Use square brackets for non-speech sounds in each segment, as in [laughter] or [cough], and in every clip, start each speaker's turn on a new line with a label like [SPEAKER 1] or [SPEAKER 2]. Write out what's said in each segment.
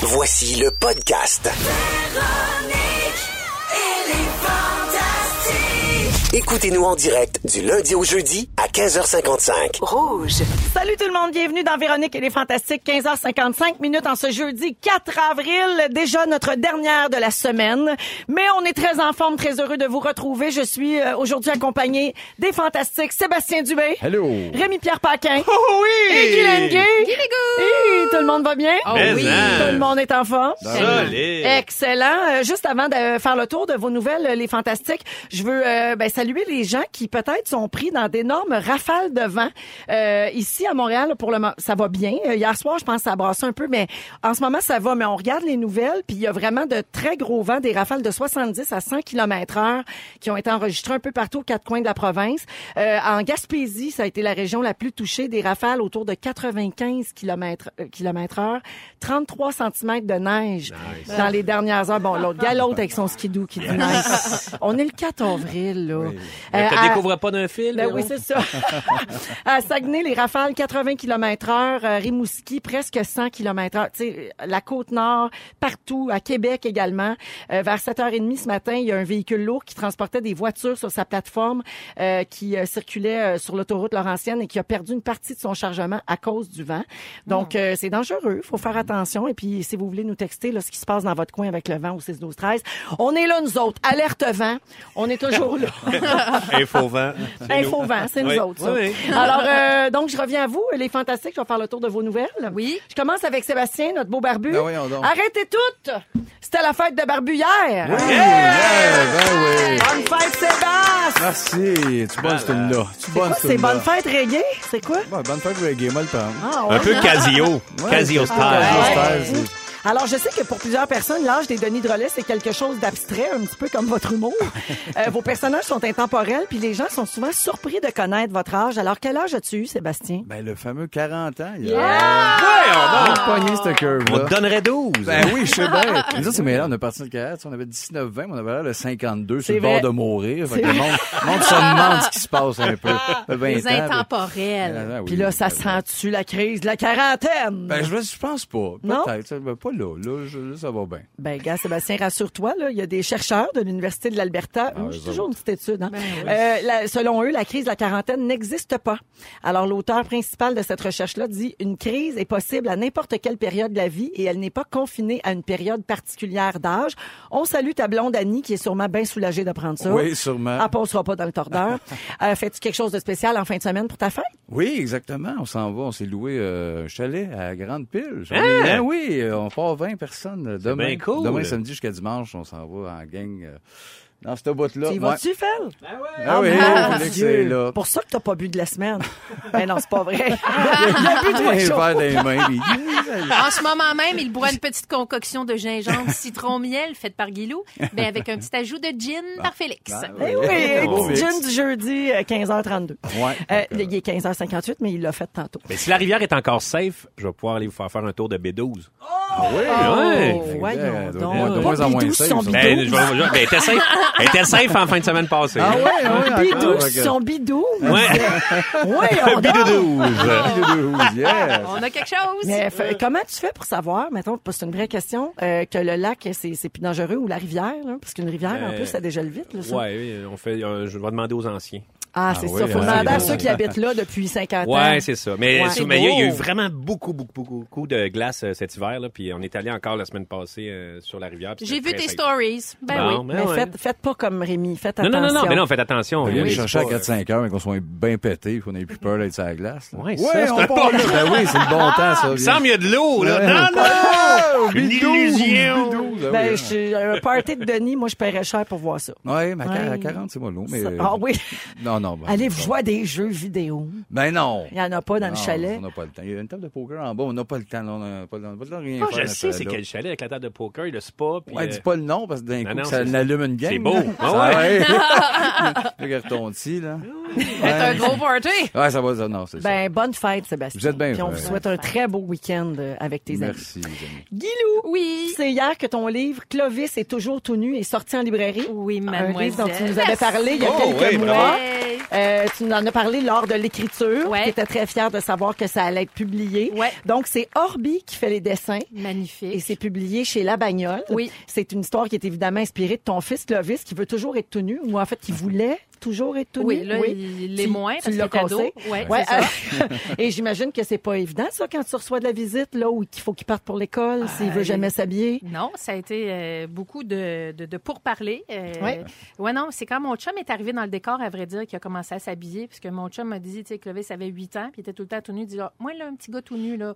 [SPEAKER 1] Voici le podcast. Écoutez-nous en direct du lundi au jeudi à 15h55.
[SPEAKER 2] Salut tout le monde, bienvenue dans Véronique et les Fantastiques, 15h55 minutes en ce jeudi 4 avril, déjà notre dernière de la semaine. Mais on est très en forme, très heureux de vous retrouver. Je suis euh, aujourd'hui accompagnée des Fantastiques Sébastien Dubé.
[SPEAKER 3] Hello.
[SPEAKER 2] Rémi-Pierre Paquin. Oh oui! Et Guy Lenguet. Hey, tout le monde va bien?
[SPEAKER 4] Mais
[SPEAKER 2] oui.
[SPEAKER 4] hein.
[SPEAKER 2] Tout le monde est en forme.
[SPEAKER 4] Solide.
[SPEAKER 2] Excellent. Euh, juste avant de faire le tour de vos nouvelles, euh, les fantastiques, je veux euh, ben, saluer les gens qui peut-être sont pris dans d'énormes rafales de vent Euh, ici à Montréal. Pour le moment, ça va bien. Euh, hier soir, je pense que ça a brassé un peu, mais en ce moment, ça va. Mais on regarde les nouvelles, puis il y a vraiment de très gros vents, des rafales de 70 à 100 km/h qui ont été enregistrées un peu partout aux quatre coins de la province. Euh, en Gaspésie, ça a été la région la plus touchée, des rafales autour de euh, 95 km km/h, 33 cm de neige dans les dernières heures. Bon, l'autre gars, l'autre avec son skidoo qui dit neige. On est le 4 avril, là. Euh,
[SPEAKER 4] Te
[SPEAKER 2] à-
[SPEAKER 4] découvre pas d'un film.
[SPEAKER 2] ben oui, c'est ça. à Saguenay, les rafales, 80 km heure. euh, Rimouski, presque 100 km heure. Tu sais, euh, la Côte-Nord, partout, à Québec également. Euh, vers 7h30 ce matin, il y a un véhicule lourd qui transportait des voitures sur sa plateforme euh, qui euh, circulait euh, sur l'autoroute Laurentienne et qui a perdu une partie de son chargement à cause du vent. Donc, euh, c'est dangereux. faut faire attention. Et puis, si vous voulez nous texter là, ce qui se passe dans votre coin avec le vent au 6-12-13, on est là, nous autres. Alerte vent. On est toujours là.
[SPEAKER 4] Infovent.
[SPEAKER 2] Info vent, Ben, c'est nous
[SPEAKER 4] Oui.
[SPEAKER 2] autres. ça.
[SPEAKER 4] Oui,
[SPEAKER 2] Alors, euh, donc, je reviens à vous, les fantastiques. Je vais faire le tour de vos nouvelles.
[SPEAKER 5] Oui.
[SPEAKER 2] Je commence avec Sébastien, notre beau barbu.
[SPEAKER 3] Ben voyons donc.
[SPEAKER 2] Arrêtez toutes! C'était la fête de barbu hier.
[SPEAKER 3] Oui, ben oui.
[SPEAKER 2] Bonne fête, Sébastien!
[SPEAKER 3] Merci. Tu bonnes là Tu bonnes
[SPEAKER 2] C'est bonne fête reggae? C'est quoi?
[SPEAKER 3] Bonne fête reggae, moi le prendre.
[SPEAKER 2] Ah, ouais.
[SPEAKER 4] Un peu Casio.
[SPEAKER 3] Ouais,
[SPEAKER 4] Casio
[SPEAKER 3] c'est-
[SPEAKER 4] style.
[SPEAKER 3] Casio
[SPEAKER 2] Ouais.
[SPEAKER 3] style, c'est-
[SPEAKER 2] Alors, je sais que pour plusieurs personnes, l'âge des Denis Drolet, c'est quelque chose d'abstrait, un petit peu comme votre humour. Euh, vos personnages sont intemporels, puis les gens sont souvent surpris de connaître votre âge. Alors, quel âge as-tu eu, Sébastien?
[SPEAKER 3] Ben, le fameux 40 ans. Il
[SPEAKER 2] Yeah!
[SPEAKER 3] a pogné ce
[SPEAKER 4] On
[SPEAKER 3] curve-là.
[SPEAKER 4] te donnerait 12.
[SPEAKER 3] Ben oui, je sais bien. Mais ça, c'est mais là, on a parti de carrière. tu sais, On avait 19, 20, mais on avait l'air de 52
[SPEAKER 2] C'est
[SPEAKER 3] sur le
[SPEAKER 2] vrai.
[SPEAKER 3] bord de mourir. Fait que le monde, le monde se demande ce qui se passe un peu. Le 20
[SPEAKER 5] Les
[SPEAKER 3] ans,
[SPEAKER 5] intemporels.
[SPEAKER 3] ben, oui.
[SPEAKER 2] Puis là, ça sent-tu la crise de la quarantaine?
[SPEAKER 3] Ben, je, je pense pas.
[SPEAKER 2] Non?
[SPEAKER 3] Peut-être. ça, ben, Pas là. Là, je- là, ça va bien.
[SPEAKER 2] Ben, gars, Sébastien, rassure-toi, là, il y a des chercheurs de l'Université de l'Alberta.
[SPEAKER 3] Ah,
[SPEAKER 2] Hum, J'ai toujours une petite étude. hein. Euh, la- selon eux, la crise de la quarantaine n'existe pas. Alors, l'auteur principal de cette recherche-là dit une crise est possible à n'importe quelle période de la vie et elle n'est pas confinée à une période particulière d'âge. On salue ta blonde Annie qui est sûrement bien soulagée de prendre ça.
[SPEAKER 3] Oui, sûrement.
[SPEAKER 2] Elle passera pas dans le
[SPEAKER 3] [laughs]
[SPEAKER 2] tordeur. Euh, Fais-tu quelque chose de spécial en fin de semaine pour ta fête?
[SPEAKER 3] Oui, exactement. On s'en va. On s'est loué euh, un chalet à Grande Pile. Ben oui, euh, on part 20 personnes euh, demain.
[SPEAKER 4] Hein? bien cool.
[SPEAKER 3] Demain, samedi jusqu'à dimanche, on s'en va en gang euh, dans cette boîte-là.
[SPEAKER 2] Tu y
[SPEAKER 3] Ouais.
[SPEAKER 2] vas-tu, Fel?
[SPEAKER 3] Ah oui,
[SPEAKER 2] Mon
[SPEAKER 3] on voulait que
[SPEAKER 2] Dieu.
[SPEAKER 3] c'est là.
[SPEAKER 2] Pour ça que t'as pas bu de la
[SPEAKER 3] [laughs]
[SPEAKER 2] semaine. Mais non, c'est pas vrai. Il a bu trois
[SPEAKER 3] Un
[SPEAKER 2] choses.
[SPEAKER 3] verre dans les mains, puis-
[SPEAKER 5] En ce moment même, il boit une petite concoction de gingembre, citron, miel, faite par Guilou, mais avec un petit ajout de gin par Félix.
[SPEAKER 3] Ben
[SPEAKER 2] Eh oui,
[SPEAKER 3] Bon
[SPEAKER 2] petit
[SPEAKER 3] mix.
[SPEAKER 2] gin du jeudi, euh, 15h32.
[SPEAKER 3] Ouais.
[SPEAKER 2] Euh, il est 15h58, mais il l'a fait tantôt.
[SPEAKER 4] Mais Ben, si la rivière est encore safe, je vais pouvoir aller vous faire faire un tour de B12.
[SPEAKER 2] Oh,
[SPEAKER 3] Ouais.
[SPEAKER 2] voyons
[SPEAKER 3] Ouais,
[SPEAKER 2] donc.
[SPEAKER 3] de moins- de moins en
[SPEAKER 2] Pas
[SPEAKER 3] moins
[SPEAKER 2] bidou
[SPEAKER 3] safe,
[SPEAKER 2] son
[SPEAKER 3] ça.
[SPEAKER 2] bidou.
[SPEAKER 4] Ben, je vais- je- ben, elle était safe. Elle était safe en fin de semaine passée.
[SPEAKER 3] Ah ouais, ouais,
[SPEAKER 2] Bidou
[SPEAKER 3] encore, ok.
[SPEAKER 2] son bidou.
[SPEAKER 4] Ouais.
[SPEAKER 2] Voyons
[SPEAKER 4] Bidou
[SPEAKER 2] donc.
[SPEAKER 4] 12.
[SPEAKER 3] Bidou douze,
[SPEAKER 4] Oh,
[SPEAKER 3] yeah.
[SPEAKER 5] On a quelque chose.
[SPEAKER 2] Mais fa- comment tu fais pour savoir, mettons, parce que c'est une vraie question, euh, que le lac, c'est c'est plus dangereux ou la rivière, là, parce qu'une rivière, en
[SPEAKER 4] Euh,
[SPEAKER 2] plus, ça dégèle vite. Là, ça.
[SPEAKER 4] Ouais, oui, on fait, euh, je vais demander aux anciens.
[SPEAKER 2] Ah, c'est
[SPEAKER 3] oui,
[SPEAKER 2] ça. Faut
[SPEAKER 3] ouais,
[SPEAKER 2] demander à
[SPEAKER 4] c'est
[SPEAKER 2] ceux
[SPEAKER 4] beau.
[SPEAKER 2] qui habitent là depuis 50 ans.
[SPEAKER 4] Ouais, c'est ça. Mais
[SPEAKER 2] Ouais.
[SPEAKER 4] sous-
[SPEAKER 2] C'est
[SPEAKER 4] mais il y, a- il y a eu
[SPEAKER 2] beau.
[SPEAKER 4] vraiment beaucoup, beaucoup, beaucoup, beaucoup de glace euh, cet hiver. Là, puis on est allé encore la semaine passée euh, sur la rivière. puis
[SPEAKER 5] J'ai
[SPEAKER 4] c'était
[SPEAKER 5] vu
[SPEAKER 4] très
[SPEAKER 5] tes
[SPEAKER 4] safe.
[SPEAKER 5] stories. Ben
[SPEAKER 4] Bon,
[SPEAKER 5] oui.
[SPEAKER 4] ben
[SPEAKER 2] Mais
[SPEAKER 4] ouais.
[SPEAKER 2] faites, faites pas comme Rémi, faites
[SPEAKER 4] Non, non,
[SPEAKER 2] attention.
[SPEAKER 4] non, non, mais non, faites attention.
[SPEAKER 3] On
[SPEAKER 4] Regardez,
[SPEAKER 3] est chercher à
[SPEAKER 4] c'est pas,
[SPEAKER 3] 4-5 heures, mais qu'on soit bien pété, puis qu'on ait plus peur d'être sur la glace. là.
[SPEAKER 4] Ouais, ça, c'est Ah, un
[SPEAKER 3] on part là. Ben oui, c'est le bon temps, ça. Oh,
[SPEAKER 4] Il me semble qu'il y a de l'eau, là.
[SPEAKER 3] Ouais.
[SPEAKER 4] Non, non!
[SPEAKER 2] au bidou.
[SPEAKER 4] illusion.
[SPEAKER 3] Ah hein.
[SPEAKER 2] Ben, je suis un party de Denis, moi, je paierais cher pour voir ça.
[SPEAKER 3] Oui, mais à quar-
[SPEAKER 2] Ouais.
[SPEAKER 3] à 40, c'est mollo. Mais...
[SPEAKER 2] Ça- Ah oui.
[SPEAKER 3] [laughs] Non, non. ben,
[SPEAKER 2] Allez,
[SPEAKER 3] bon.
[SPEAKER 2] vous jouez à des jeux vidéo.
[SPEAKER 3] Ben non.
[SPEAKER 2] Il n'y en a pas dans le
[SPEAKER 3] Non,
[SPEAKER 2] chalet.
[SPEAKER 3] On n'a pas le temps. Il y a une table de poker en bas, on n'a pas le temps. là, On n'a pas, le temps- on n'a pas le temps de rien
[SPEAKER 4] Ah,
[SPEAKER 3] faire.
[SPEAKER 4] je
[SPEAKER 3] dans ce
[SPEAKER 4] sais, c'est
[SPEAKER 3] chalet-là.
[SPEAKER 4] quel chalet avec la table de poker et le spa. Puis,
[SPEAKER 3] Ouais,
[SPEAKER 4] euh,
[SPEAKER 3] dis pas le nom parce que d'un
[SPEAKER 4] Non,
[SPEAKER 3] coup,
[SPEAKER 4] non,
[SPEAKER 3] ça
[SPEAKER 4] c'est-
[SPEAKER 3] allume une game.
[SPEAKER 4] c'est beau.
[SPEAKER 3] là.
[SPEAKER 4] Ah
[SPEAKER 3] Ça-
[SPEAKER 4] ouais.
[SPEAKER 2] [laughs]
[SPEAKER 3] Le retonti, là.
[SPEAKER 5] C'est un gros party.
[SPEAKER 3] Ouais, ça va dire non, c'est
[SPEAKER 2] Ben, bonne fête, Sébastien.
[SPEAKER 3] Vous êtes bien
[SPEAKER 2] Puis on vous
[SPEAKER 3] fin.
[SPEAKER 2] souhaite un très beau week-end euh, avec
[SPEAKER 3] ça.
[SPEAKER 2] tes amis.
[SPEAKER 3] Merci, les amis.
[SPEAKER 2] Guilou,
[SPEAKER 5] Oui.
[SPEAKER 2] c'est hier que ton livre Clovis est toujours tout nu est sorti en librairie.
[SPEAKER 5] Oui,
[SPEAKER 2] Un livre
[SPEAKER 5] mademoiselle.
[SPEAKER 2] dont tu nous avais parlé il y a
[SPEAKER 6] Oh,
[SPEAKER 2] quelques
[SPEAKER 6] oui,
[SPEAKER 2] mois.
[SPEAKER 6] bravo.
[SPEAKER 5] Ouais.
[SPEAKER 2] Euh, tu nous en as parlé lors de l'écriture.
[SPEAKER 5] Ouais.
[SPEAKER 2] Tu étais très fière de savoir que ça allait être publié.
[SPEAKER 5] Ouais.
[SPEAKER 2] Donc, c'est Orbi qui fait les dessins. Et
[SPEAKER 5] Magnifique.
[SPEAKER 2] c'est publié chez La Bagnole.
[SPEAKER 5] Oui.
[SPEAKER 2] C'est une histoire qui est évidemment inspirée de ton fils Clovis qui veut toujours être tout nu, ou en fait qui voulait toujours être tout
[SPEAKER 5] Oui,
[SPEAKER 2] nu.
[SPEAKER 5] là, il l'est
[SPEAKER 2] Tu-
[SPEAKER 5] moins
[SPEAKER 2] tu
[SPEAKER 5] parce qu'il
[SPEAKER 2] l'as
[SPEAKER 5] est ado.
[SPEAKER 2] cassé.
[SPEAKER 5] Ouais, Ben,
[SPEAKER 2] Ouais,
[SPEAKER 5] c'est ça.
[SPEAKER 2] euh, [laughs] et j'imagine que c'est pas évident ça quand tu reçois de la visite là où qu'il faut qu'il parte pour l'école s'il veut
[SPEAKER 5] Euh,
[SPEAKER 2] jamais s'habiller.
[SPEAKER 5] Non, ça a été euh, beaucoup de, de, de pourparlers. Euh,
[SPEAKER 2] Ouais.
[SPEAKER 5] ouais, non, c'est quand mon chum est arrivé dans le décor, à vrai dire, qu'il a commencé à s'habiller, puisque mon chum m'a dit, tu sais, Clovis avait 8 ans, puis il était tout le temps tout nu. Il dit, Ah, moi, là, un petit gars tout nu, là,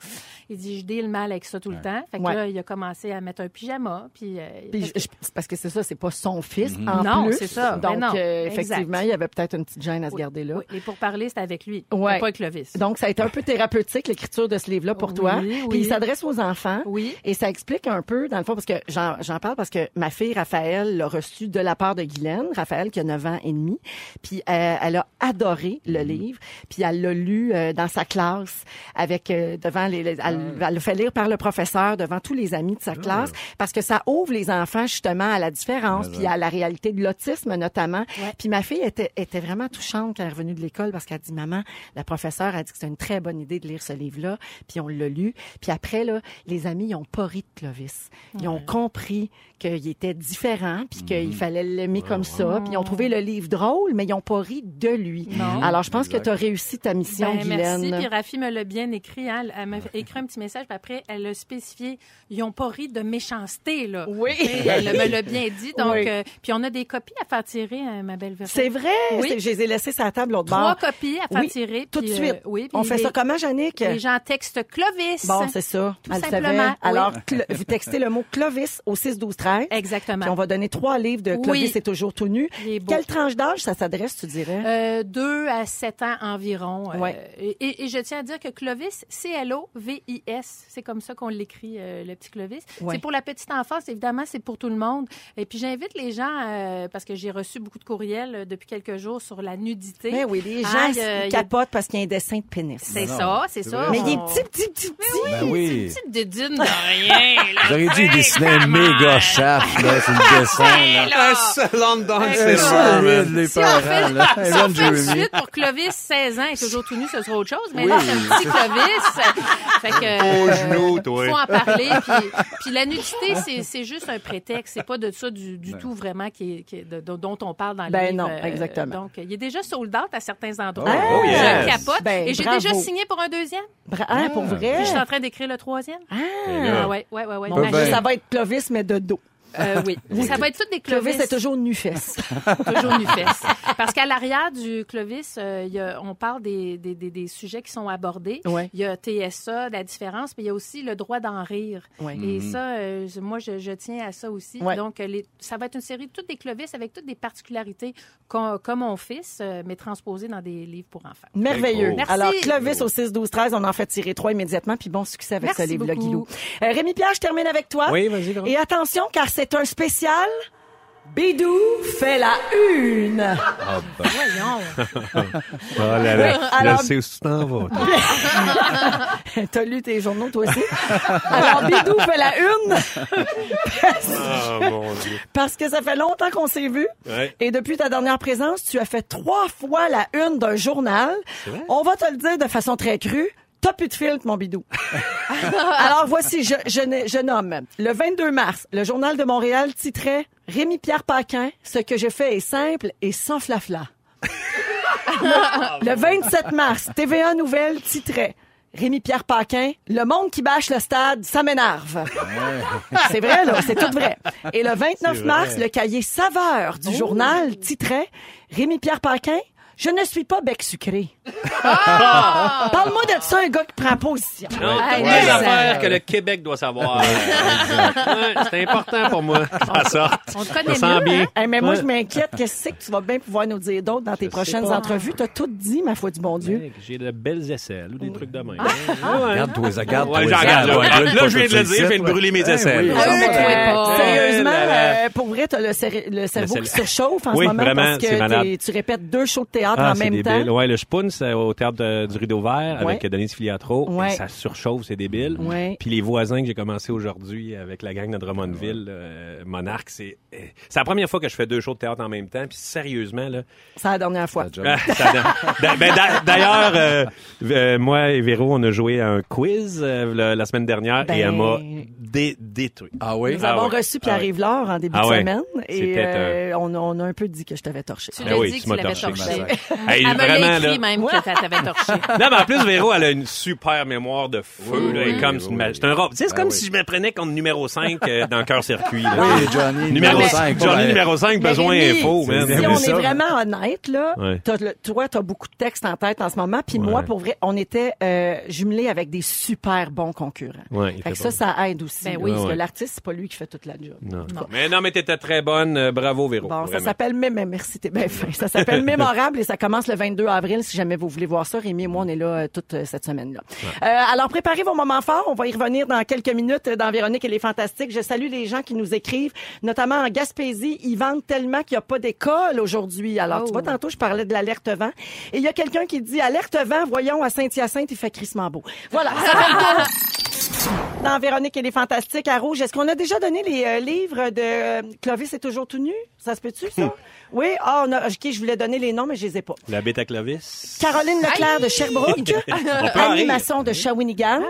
[SPEAKER 5] il dit, je deal mal avec ça tout le temps. Fait que
[SPEAKER 2] Ouais.
[SPEAKER 5] là, il a commencé à mettre un pyjama, puis... euh,
[SPEAKER 2] Puis je- je- c'est parce que c'est ça, c'est pas son fils en
[SPEAKER 5] Non,
[SPEAKER 2] plus.
[SPEAKER 5] c'est ça.
[SPEAKER 2] Donc
[SPEAKER 5] Ben non,
[SPEAKER 2] euh,
[SPEAKER 5] exact.
[SPEAKER 2] effectivement, il y avait peut-être une petite gêne à se
[SPEAKER 5] Oui,
[SPEAKER 2] garder là.
[SPEAKER 5] oui, les pourparlers, c'était avec lui,
[SPEAKER 2] Ouais.
[SPEAKER 5] pas avec Clovis.
[SPEAKER 2] Donc ça a été un peu thérapeutique l'écriture de ce livre-là pour toi.
[SPEAKER 5] Oui, oui.
[SPEAKER 2] Puis il s'adresse aux enfants.
[SPEAKER 5] oui.
[SPEAKER 2] Et ça explique un peu, dans le fond, parce que j'en j'en parle parce que ma fille Raphaël l'a reçu de la part de Guylaine, Raphaël qui a 9 ans et demi, puis euh, elle a adoré le livre, puis elle l'a lu euh, dans sa classe avec euh, devant les, les- elle, elle le fait lire par le professeur devant tous les amis de sa classe parce que ça ouvre les enfants justement à la différence puis à la réalité de l'autisme notamment.
[SPEAKER 5] Ouais.
[SPEAKER 2] Puis ma fille était, était vraiment touchante quand elle est revenue de l'école parce qu'elle dit maman, la professeure a dit que c'est une très bonne idée de lire ce livre-là, puis on l'a lu. Puis après là, les amis ils ont pas ri de Clovis, ils ont compris qu'il était différent puis qu'il fallait l'aimer comme ça, puis ils ont trouvé le livre drôle mais ils ont pas ri de lui.
[SPEAKER 5] Non.
[SPEAKER 2] Alors je pense que
[SPEAKER 3] Exact.
[SPEAKER 2] tu as réussi ta mission,
[SPEAKER 5] Ben,
[SPEAKER 2] Guylaine.
[SPEAKER 5] merci. Puis Rafi me l'a bien écrit. hein. Elle m'a écrit un petit message, puis après, elle l'a spécifié. Ils n'ont pas ri de méchanceté, là.
[SPEAKER 2] Oui.
[SPEAKER 5] Tu sais, [laughs] Elle me l'a bien dit. Donc,
[SPEAKER 2] Oui.
[SPEAKER 5] euh, puis on a des copies à faire tirer, hein, ma belle Véro.
[SPEAKER 2] C'est vrai,
[SPEAKER 5] Oui.
[SPEAKER 2] c'est- je les ai laissés sur la table l'autre
[SPEAKER 5] Trois
[SPEAKER 2] bord.
[SPEAKER 5] copies à faire
[SPEAKER 2] Oui,
[SPEAKER 5] tirer.
[SPEAKER 2] Tout de
[SPEAKER 5] puis, euh,
[SPEAKER 2] suite.
[SPEAKER 5] oui, puis
[SPEAKER 2] On fait
[SPEAKER 5] les-
[SPEAKER 2] ça comment, Yannick?
[SPEAKER 5] Les gens textent Clovis.
[SPEAKER 2] Bon, c'est ça.
[SPEAKER 5] Tout
[SPEAKER 2] Elle le
[SPEAKER 5] simplement,
[SPEAKER 2] savait.
[SPEAKER 5] oui.
[SPEAKER 2] Alors, Clo- [laughs] vous textez le mot Clovis au 6 12 13. Puis on
[SPEAKER 5] Exactement.
[SPEAKER 2] va donner trois livres de Clovis
[SPEAKER 5] Oui.
[SPEAKER 2] est toujours tout nu.
[SPEAKER 5] Il est beau.
[SPEAKER 2] Quelle tranche d'âge ça s'adresse, tu dirais?
[SPEAKER 5] Euh, deux à sept ans environ. Euh,
[SPEAKER 2] Ouais.
[SPEAKER 5] et- et, et je tiens à dire que Clovis, C-L-O-V-I-S, c'est comme ça qu'on l'écrit, euh, le petit Clovis.
[SPEAKER 2] Ouais.
[SPEAKER 5] C'est pour la petite enfance, évidemment, c'est pour tout le monde. Et puis j'invite les gens, euh, parce que j'ai reçu beaucoup de courriels euh, depuis quelques jours sur la nudité.
[SPEAKER 2] Ben oui, les gens
[SPEAKER 5] Ah, il
[SPEAKER 2] se
[SPEAKER 5] y a- il y a-
[SPEAKER 2] capotent parce qu'il y a un dessin de pénis.
[SPEAKER 5] C'est
[SPEAKER 3] Non,
[SPEAKER 5] ça,
[SPEAKER 3] non,
[SPEAKER 5] c'est
[SPEAKER 3] c'est
[SPEAKER 5] ça.
[SPEAKER 3] vrai.
[SPEAKER 2] Mais
[SPEAKER 5] On-
[SPEAKER 2] il est petit, petit, petit, petit.
[SPEAKER 3] Ben oui.
[SPEAKER 5] Petite dédune de rien, là.
[SPEAKER 3] J'aurais dû dessiner un méga shaft, là, sur
[SPEAKER 2] Ah,
[SPEAKER 3] le dessin,
[SPEAKER 5] Hey,
[SPEAKER 3] là.
[SPEAKER 5] là.
[SPEAKER 4] Excellent dans
[SPEAKER 3] C'est solide, les
[SPEAKER 5] Si on fait,
[SPEAKER 3] parents, là.
[SPEAKER 5] si on
[SPEAKER 3] Evan
[SPEAKER 5] fait tout de
[SPEAKER 3] Jeremy.
[SPEAKER 5] suite pour Clovis, 16 ans, est toujours tout nu, ce sera autre chose. Mais
[SPEAKER 3] Oui.
[SPEAKER 5] là, c'est un petit Clovis. fait que, euh,
[SPEAKER 4] genoux, toi.
[SPEAKER 5] faut en parler. Puis, puis la nudité, c'est, c'est juste un prétexte. C'est pas de ça du, du tout vraiment qui est- qui est- de- dont on parle dans le
[SPEAKER 2] Ben
[SPEAKER 5] livre.
[SPEAKER 2] non,
[SPEAKER 5] Euh,
[SPEAKER 2] exactement.
[SPEAKER 5] Donc, il est déjà sold out à certains endroits.
[SPEAKER 3] Oh,
[SPEAKER 2] oh
[SPEAKER 5] Je
[SPEAKER 4] yes.
[SPEAKER 5] capote.
[SPEAKER 2] Ben,
[SPEAKER 5] et j'ai
[SPEAKER 2] bravo.
[SPEAKER 5] déjà signé pour un deuxième.
[SPEAKER 2] Bra- hein, pour vrai?
[SPEAKER 5] Puis je suis en train d'écrire le troisième.
[SPEAKER 4] là.
[SPEAKER 5] Ah ouais, ouais, ouais, ouais.
[SPEAKER 3] Bon,
[SPEAKER 5] Ma-
[SPEAKER 3] ben.
[SPEAKER 2] Ça va être Clovis, mais de dos.
[SPEAKER 5] euh, oui. Ça va être toutes des
[SPEAKER 2] Clovis,
[SPEAKER 5] Clovis.
[SPEAKER 2] c'est toujours
[SPEAKER 5] [laughs]
[SPEAKER 2] nu-fesse.
[SPEAKER 5] Toujours nu fesse. Parce qu'à l'arrière du Clovis, euh, il y a- on parle des, des, des, des sujets qui sont abordés.
[SPEAKER 2] Ouais.
[SPEAKER 5] Il y a TSA, la différence, mais il y a aussi le droit d'en rire.
[SPEAKER 2] Ouais.
[SPEAKER 5] Et
[SPEAKER 4] Mhm.
[SPEAKER 5] ça, euh, je- moi, je, je tiens à ça aussi.
[SPEAKER 2] Ouais.
[SPEAKER 5] Donc, euh, les- ça va être une série de toutes des Clovis avec toutes des particularités qu'on- comme mon fils, euh, mais transposées dans des livres pour enfants.
[SPEAKER 2] Merveilleux.
[SPEAKER 5] Merci.
[SPEAKER 2] Alors, Clovis au 6, 12, 13, on en fait tirer trois immédiatement, puis bon succès avec
[SPEAKER 5] Merci
[SPEAKER 2] ce livre-là,
[SPEAKER 5] beaucoup.
[SPEAKER 2] Guilou. Euh, Rémi Pierre, je termine avec toi.
[SPEAKER 4] Oui, vas-y, Véro.
[SPEAKER 2] Et attention, car c'est un spécial. Bidou fait la une.
[SPEAKER 5] Voyons.
[SPEAKER 4] Oh là
[SPEAKER 2] là, Alors- je sais
[SPEAKER 4] où tu t'en vas.
[SPEAKER 2] [laughs] T'as lu tes journaux, toi aussi? Alors, Bidou fait la une
[SPEAKER 4] Oh mon Dieu.
[SPEAKER 2] parce que ça fait longtemps qu'on s'est vus.
[SPEAKER 4] Ouais.
[SPEAKER 2] Et depuis ta dernière présence, tu as fait trois fois la une d'un journal. On va te le dire de façon très crue. T'as plus de filtre, mon bidou. Alors voici, je, je, n'ai- je nomme. Le 22 mars, le Journal de Montréal titrait Rémi-Pierre Paquin, ce que je fais est simple et sans flafla. le, le 27 mars, TVA Nouvelle titrait Rémi-Pierre Paquin, le monde qui bâche le stade, ça m'énerve. [laughs] C'est vrai, là, c'est tout vrai. Et le 29 mars, le cahier Saveur du journal titrait Rémi-Pierre Paquin, Je ne suis pas bec sucré. Parle-moi de ça, un gars qui prend position.
[SPEAKER 4] Non,
[SPEAKER 5] Ouais,
[SPEAKER 4] toutes
[SPEAKER 5] ouais.
[SPEAKER 4] les
[SPEAKER 5] ça-
[SPEAKER 4] affaires que le Québec doit savoir. Ouais, c'est important pour [laughs] moi. Ça sort.
[SPEAKER 5] On te
[SPEAKER 4] Je
[SPEAKER 5] connaît
[SPEAKER 4] me sens
[SPEAKER 5] mieux,
[SPEAKER 4] bien.
[SPEAKER 5] hein?
[SPEAKER 2] [laughs] Hey, mais moi, je m'inquiète. Qu'est-ce que c'est que tu vas bien pouvoir nous dire d'autre dans tes prochaines entrevues? T'as tout dit, ma foi du bon Dieu.
[SPEAKER 4] Mec, J'ai de belles aisselles ou des trucs de même.
[SPEAKER 2] Ah,
[SPEAKER 3] Regarde-toi, regarde-toi.
[SPEAKER 4] Ouais, j'en regarde,
[SPEAKER 3] Ah,
[SPEAKER 4] là. Là, je viens de le dire, je viens de brûler mes aisselles.
[SPEAKER 3] Ben oui,
[SPEAKER 4] Ah,
[SPEAKER 2] Euh,
[SPEAKER 5] oui,
[SPEAKER 2] euh,
[SPEAKER 5] oui.
[SPEAKER 2] Sérieusement,
[SPEAKER 4] Oh Là, là.
[SPEAKER 2] euh, pour vrai, t'as le, céré- le cerveau
[SPEAKER 4] cél-
[SPEAKER 2] qui surchauffe en
[SPEAKER 4] Oui,
[SPEAKER 2] ce moment
[SPEAKER 4] vraiment,
[SPEAKER 2] parce
[SPEAKER 4] c'est
[SPEAKER 2] que
[SPEAKER 4] malade.
[SPEAKER 2] t'es- tu répètes deux shows de théâtre
[SPEAKER 4] Ah,
[SPEAKER 2] en
[SPEAKER 4] c'est
[SPEAKER 2] même
[SPEAKER 4] débile.
[SPEAKER 2] temps.
[SPEAKER 4] Ouais, le Spoon, c'est au théâtre de- du Rideau Vert
[SPEAKER 2] Ouais.
[SPEAKER 4] avec Denise Filiatro.
[SPEAKER 2] Ouais.
[SPEAKER 4] Et Ça surchauffe, c'est débile.
[SPEAKER 2] Ouais.
[SPEAKER 4] Puis les voisins que j'ai commencé aujourd'hui avec la gang de Drummondville,
[SPEAKER 2] Ah
[SPEAKER 4] euh, Monarque, c'est euh, c'est la première fois que je fais deux shows de théâtre en même temps. Puis sérieusement, là,
[SPEAKER 2] C'est la dernière fois.
[SPEAKER 4] Ah, ça donne- D'a- ben, d'a- D'ailleurs, euh, euh, moi et Véro, on a joué à un quiz euh, la, la semaine dernière
[SPEAKER 2] Ben-
[SPEAKER 4] et elle m'a dé- détruit.
[SPEAKER 3] Ah oui?
[SPEAKER 2] Nous avons
[SPEAKER 4] ouais.
[SPEAKER 2] reçu Pierre
[SPEAKER 4] Ah ouais.
[SPEAKER 2] Rivelard en début
[SPEAKER 4] Ah
[SPEAKER 2] de
[SPEAKER 4] ouais.
[SPEAKER 2] semaine et
[SPEAKER 4] C'était,
[SPEAKER 2] euh, on, a- on a un peu dit que je t'avais torché.
[SPEAKER 5] Tu
[SPEAKER 4] Ben
[SPEAKER 5] l'as
[SPEAKER 4] oui,
[SPEAKER 5] dit
[SPEAKER 4] tu
[SPEAKER 5] que tu
[SPEAKER 4] m'as
[SPEAKER 3] Ah,
[SPEAKER 5] l'avais
[SPEAKER 4] torché,
[SPEAKER 5] torché. [laughs]
[SPEAKER 3] ma
[SPEAKER 4] Hey,
[SPEAKER 5] Elle me l'a
[SPEAKER 4] vraiment, là.
[SPEAKER 5] écrit même que t'avais torché.
[SPEAKER 4] Non, mais en plus, Véro, elle a une super mémoire de feu.
[SPEAKER 3] Oui,
[SPEAKER 4] là, elle est
[SPEAKER 3] oui,
[SPEAKER 4] comme
[SPEAKER 3] oui,
[SPEAKER 4] c'est
[SPEAKER 3] oui,
[SPEAKER 4] une ma-
[SPEAKER 3] oui.
[SPEAKER 4] c'est un robe. Tu sais, c'est
[SPEAKER 3] Ben
[SPEAKER 4] comme
[SPEAKER 3] oui.
[SPEAKER 4] si je me prenais comme numéro 5 dans Cœur Circuit. là.
[SPEAKER 3] Oui, Johnny,
[SPEAKER 4] Ah. Numéro
[SPEAKER 3] numéro
[SPEAKER 4] mais-
[SPEAKER 3] 5.
[SPEAKER 4] Johnny numéro 5,
[SPEAKER 2] Mais
[SPEAKER 4] besoin
[SPEAKER 2] Rémi,
[SPEAKER 4] info, man.
[SPEAKER 2] Si
[SPEAKER 3] Mais
[SPEAKER 2] on
[SPEAKER 3] ça,
[SPEAKER 2] est
[SPEAKER 3] ouais.
[SPEAKER 2] vraiment honnête, là,
[SPEAKER 4] Ouais.
[SPEAKER 2] t'as le- toi, tu as beaucoup de textes en tête en ce moment. Puis moi,
[SPEAKER 4] Ouais.
[SPEAKER 2] pour vrai, on était euh, jumelés avec des super bons concurrents.
[SPEAKER 4] Ouais, il
[SPEAKER 2] Fait que
[SPEAKER 4] fait
[SPEAKER 2] ça,
[SPEAKER 4] pas-
[SPEAKER 2] ça aide aussi.
[SPEAKER 5] Ben
[SPEAKER 2] là,
[SPEAKER 5] oui.
[SPEAKER 2] parce
[SPEAKER 4] Ouais,
[SPEAKER 2] que
[SPEAKER 4] ouais.
[SPEAKER 2] l'artiste, c'est pas lui qui fait toute la job.
[SPEAKER 4] Non.
[SPEAKER 2] Non.
[SPEAKER 4] Mais non, mais t'étais très bonne. Euh, Bravo, Véro.
[SPEAKER 2] Bon, ça
[SPEAKER 4] vraiment.
[SPEAKER 2] s'appelle Mé- mais merci, t'es bien fin. Ça s'appelle Mémorable et ça commence le 22 avril si jamais vous voulez voir ça. Rémi et moi, on est là euh, toute euh, cette semaine-là. Euh, alors, préparez vos moments forts. On va y revenir dans quelques minutes euh, dans Véronique et les Fantastiques. Je salue les gens qui nous écrivent, notamment en Gaspésie. Ils vendent tellement qu'il n'y a pas d'école aujourd'hui. Alors, tu
[SPEAKER 5] Oh.
[SPEAKER 2] vois, tantôt, je parlais de l'alerte vent. Et il y a quelqu'un qui dit, alerte vent, voyons, à Saint-Hyacinthe, il fait crissement beau. Voilà. Ça fait le tour dans Véronique et les Fantastiques à Rouge. Est-ce qu'on a déjà donné les euh, livres de euh, Clovis est toujours tout nu? Ça se
[SPEAKER 5] [laughs]
[SPEAKER 2] peut-tu, ça? oui? Ah, on a... OK, je voulais donner les noms, mais je les ai pas.
[SPEAKER 4] La bêta clavis.
[SPEAKER 2] Caroline Leclerc
[SPEAKER 5] [laughs]
[SPEAKER 2] de Sherbrooke,
[SPEAKER 4] en
[SPEAKER 2] Annie
[SPEAKER 4] rire.
[SPEAKER 2] Masson de Shawinigan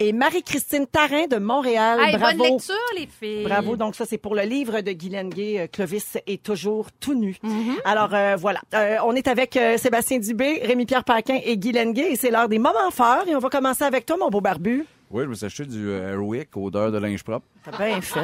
[SPEAKER 2] et Marie-Christine Tarin de Montréal.
[SPEAKER 5] Hey,
[SPEAKER 2] [laughs] Bravo.
[SPEAKER 5] Ah. bonne lecture, les filles.
[SPEAKER 2] Bravo. Donc ça, c'est pour le livre de Guylaine Gay, euh, Clovis est toujours tout nu.
[SPEAKER 5] Mm-hmm.
[SPEAKER 2] Alors euh, voilà, Euh, on est avec euh, Sébastien Dubé, Rémi-Pierre Paquin et Guylaine Gay et c'est l'heure des moments forts et on va commencer avec toi, mon beau barbu.
[SPEAKER 3] Oui, je me suis acheté du euh, Airwick, odeur de linge propre.
[SPEAKER 2] T'as
[SPEAKER 5] [laughs]
[SPEAKER 2] bien fait.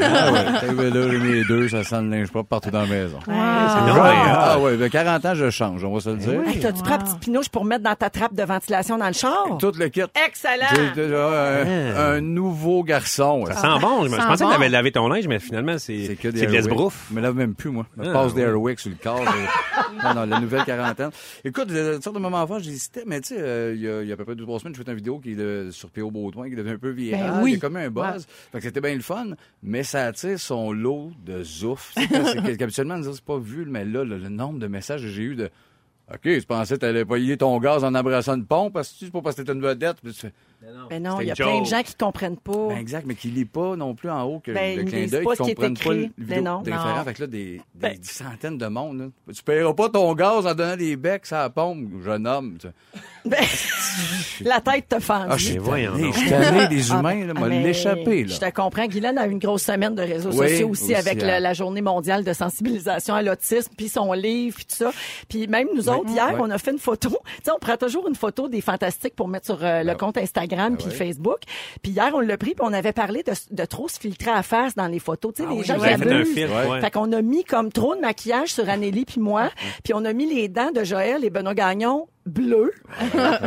[SPEAKER 3] Ah ouais, t'as vu, là, j'ai mis les deux, ça sent le linge propre partout dans la maison. Ah Eh ouais, ben 40 ans, je change, on va se le dire.
[SPEAKER 2] Hey, T'as-tu pris un petit pinouche pour mettre dans ta trappe de ventilation dans le char?
[SPEAKER 3] Tout le kit. J'ai
[SPEAKER 2] Excellent!
[SPEAKER 3] déjà euh, un, un nouveau garçon.
[SPEAKER 4] Eh. Ah Ça sent bon. Je, je
[SPEAKER 5] sent
[SPEAKER 4] pensais que t'avais
[SPEAKER 5] bon.
[SPEAKER 4] lavé ton linge, mais finalement, c'est
[SPEAKER 3] C'est que
[SPEAKER 4] c'est
[SPEAKER 3] des
[SPEAKER 4] de
[SPEAKER 3] Airwick.
[SPEAKER 4] l'esbrouf.
[SPEAKER 3] Je me lave même plus, moi. Je me
[SPEAKER 4] Ah,
[SPEAKER 3] passe des
[SPEAKER 4] oui.
[SPEAKER 3] Airwick sur le
[SPEAKER 4] [laughs]
[SPEAKER 3] corps. et- non, non, la nouvelle quarantaine. Écoute, euh, sorte de moment avant, j'hésitais, mais tu sais, euh, il y a- il y, a à peu près deux, trois semaines, je faisais une vidéo qui est de- sur P.O. Baudouin, qui devait un peu virale,
[SPEAKER 2] Ben oui.
[SPEAKER 3] qui a comme eu un buzz. Fait que c'était bien le fun, mais ça attire son lot de zouf. C'est que- c'est qu'habituellement, nous autres, c'est pas vu, mais là, le, le nombre de messages que j'ai eu de... OK, je pensais que t'allais payer ton gaz en embrassant une pompe, parce que tu c'est pas parce que t'étais une vedette. Puis tu fais,
[SPEAKER 2] Mais Ben non,
[SPEAKER 4] C'est
[SPEAKER 2] il y a
[SPEAKER 4] une
[SPEAKER 2] plein de
[SPEAKER 4] joke.
[SPEAKER 2] gens qui comprennent pas.
[SPEAKER 3] ben exact, mais qui lit pas non plus en haut que
[SPEAKER 2] Ben,
[SPEAKER 3] le
[SPEAKER 2] ils
[SPEAKER 3] clin
[SPEAKER 2] lisent
[SPEAKER 3] d'œil,
[SPEAKER 2] pas
[SPEAKER 3] qui
[SPEAKER 2] ce qui est
[SPEAKER 3] comprennent pas
[SPEAKER 2] écrit.
[SPEAKER 3] le vidéo
[SPEAKER 2] Ben non.
[SPEAKER 3] d'inférent.
[SPEAKER 2] Non.
[SPEAKER 3] Fait que là, des, des
[SPEAKER 2] Ben-
[SPEAKER 3] centaines de monde, là. Tu paieras pas ton gaz en donnant des becs à la pompe, jeune homme. tu
[SPEAKER 2] [laughs]
[SPEAKER 3] sais.
[SPEAKER 2] Ben, la tête te fend.
[SPEAKER 3] Ah, je suis
[SPEAKER 4] voyons
[SPEAKER 3] tanné,
[SPEAKER 4] donc.
[SPEAKER 3] je suis tanné des
[SPEAKER 2] Ah,
[SPEAKER 3] humains, là,
[SPEAKER 2] ah,
[SPEAKER 3] m'a
[SPEAKER 2] mais
[SPEAKER 3] l'échappé, là.
[SPEAKER 2] Je te comprends. Guylaine a eu une grosse semaine de réseaux
[SPEAKER 3] Oui,
[SPEAKER 2] sociaux aussi,
[SPEAKER 3] aussi,
[SPEAKER 2] avec
[SPEAKER 3] hein.
[SPEAKER 2] la, la journée mondiale de sensibilisation à l'autisme, puis son livre, puis tout ça. Puis même nous autres, hier,
[SPEAKER 3] Ouais.
[SPEAKER 2] on a fait une photo. [laughs] Tu sais, on prend toujours une photo des fantastiques pour mettre sur euh, le compte Instagram puis
[SPEAKER 3] ouais.
[SPEAKER 2] Facebook. Puis hier, on l'a pris, puis on avait parlé de, de trop se filtrer à face dans les photos. Tu sais, les gens
[SPEAKER 4] Vous
[SPEAKER 2] qui
[SPEAKER 4] avez fait un
[SPEAKER 2] abusent.
[SPEAKER 4] filtre,
[SPEAKER 3] Ouais.
[SPEAKER 4] ouais.
[SPEAKER 2] Fait qu'on a mis comme trop de maquillage sur Anélie puis moi, puis on a mis les dents de Joël et Benoît Gagnon bleues,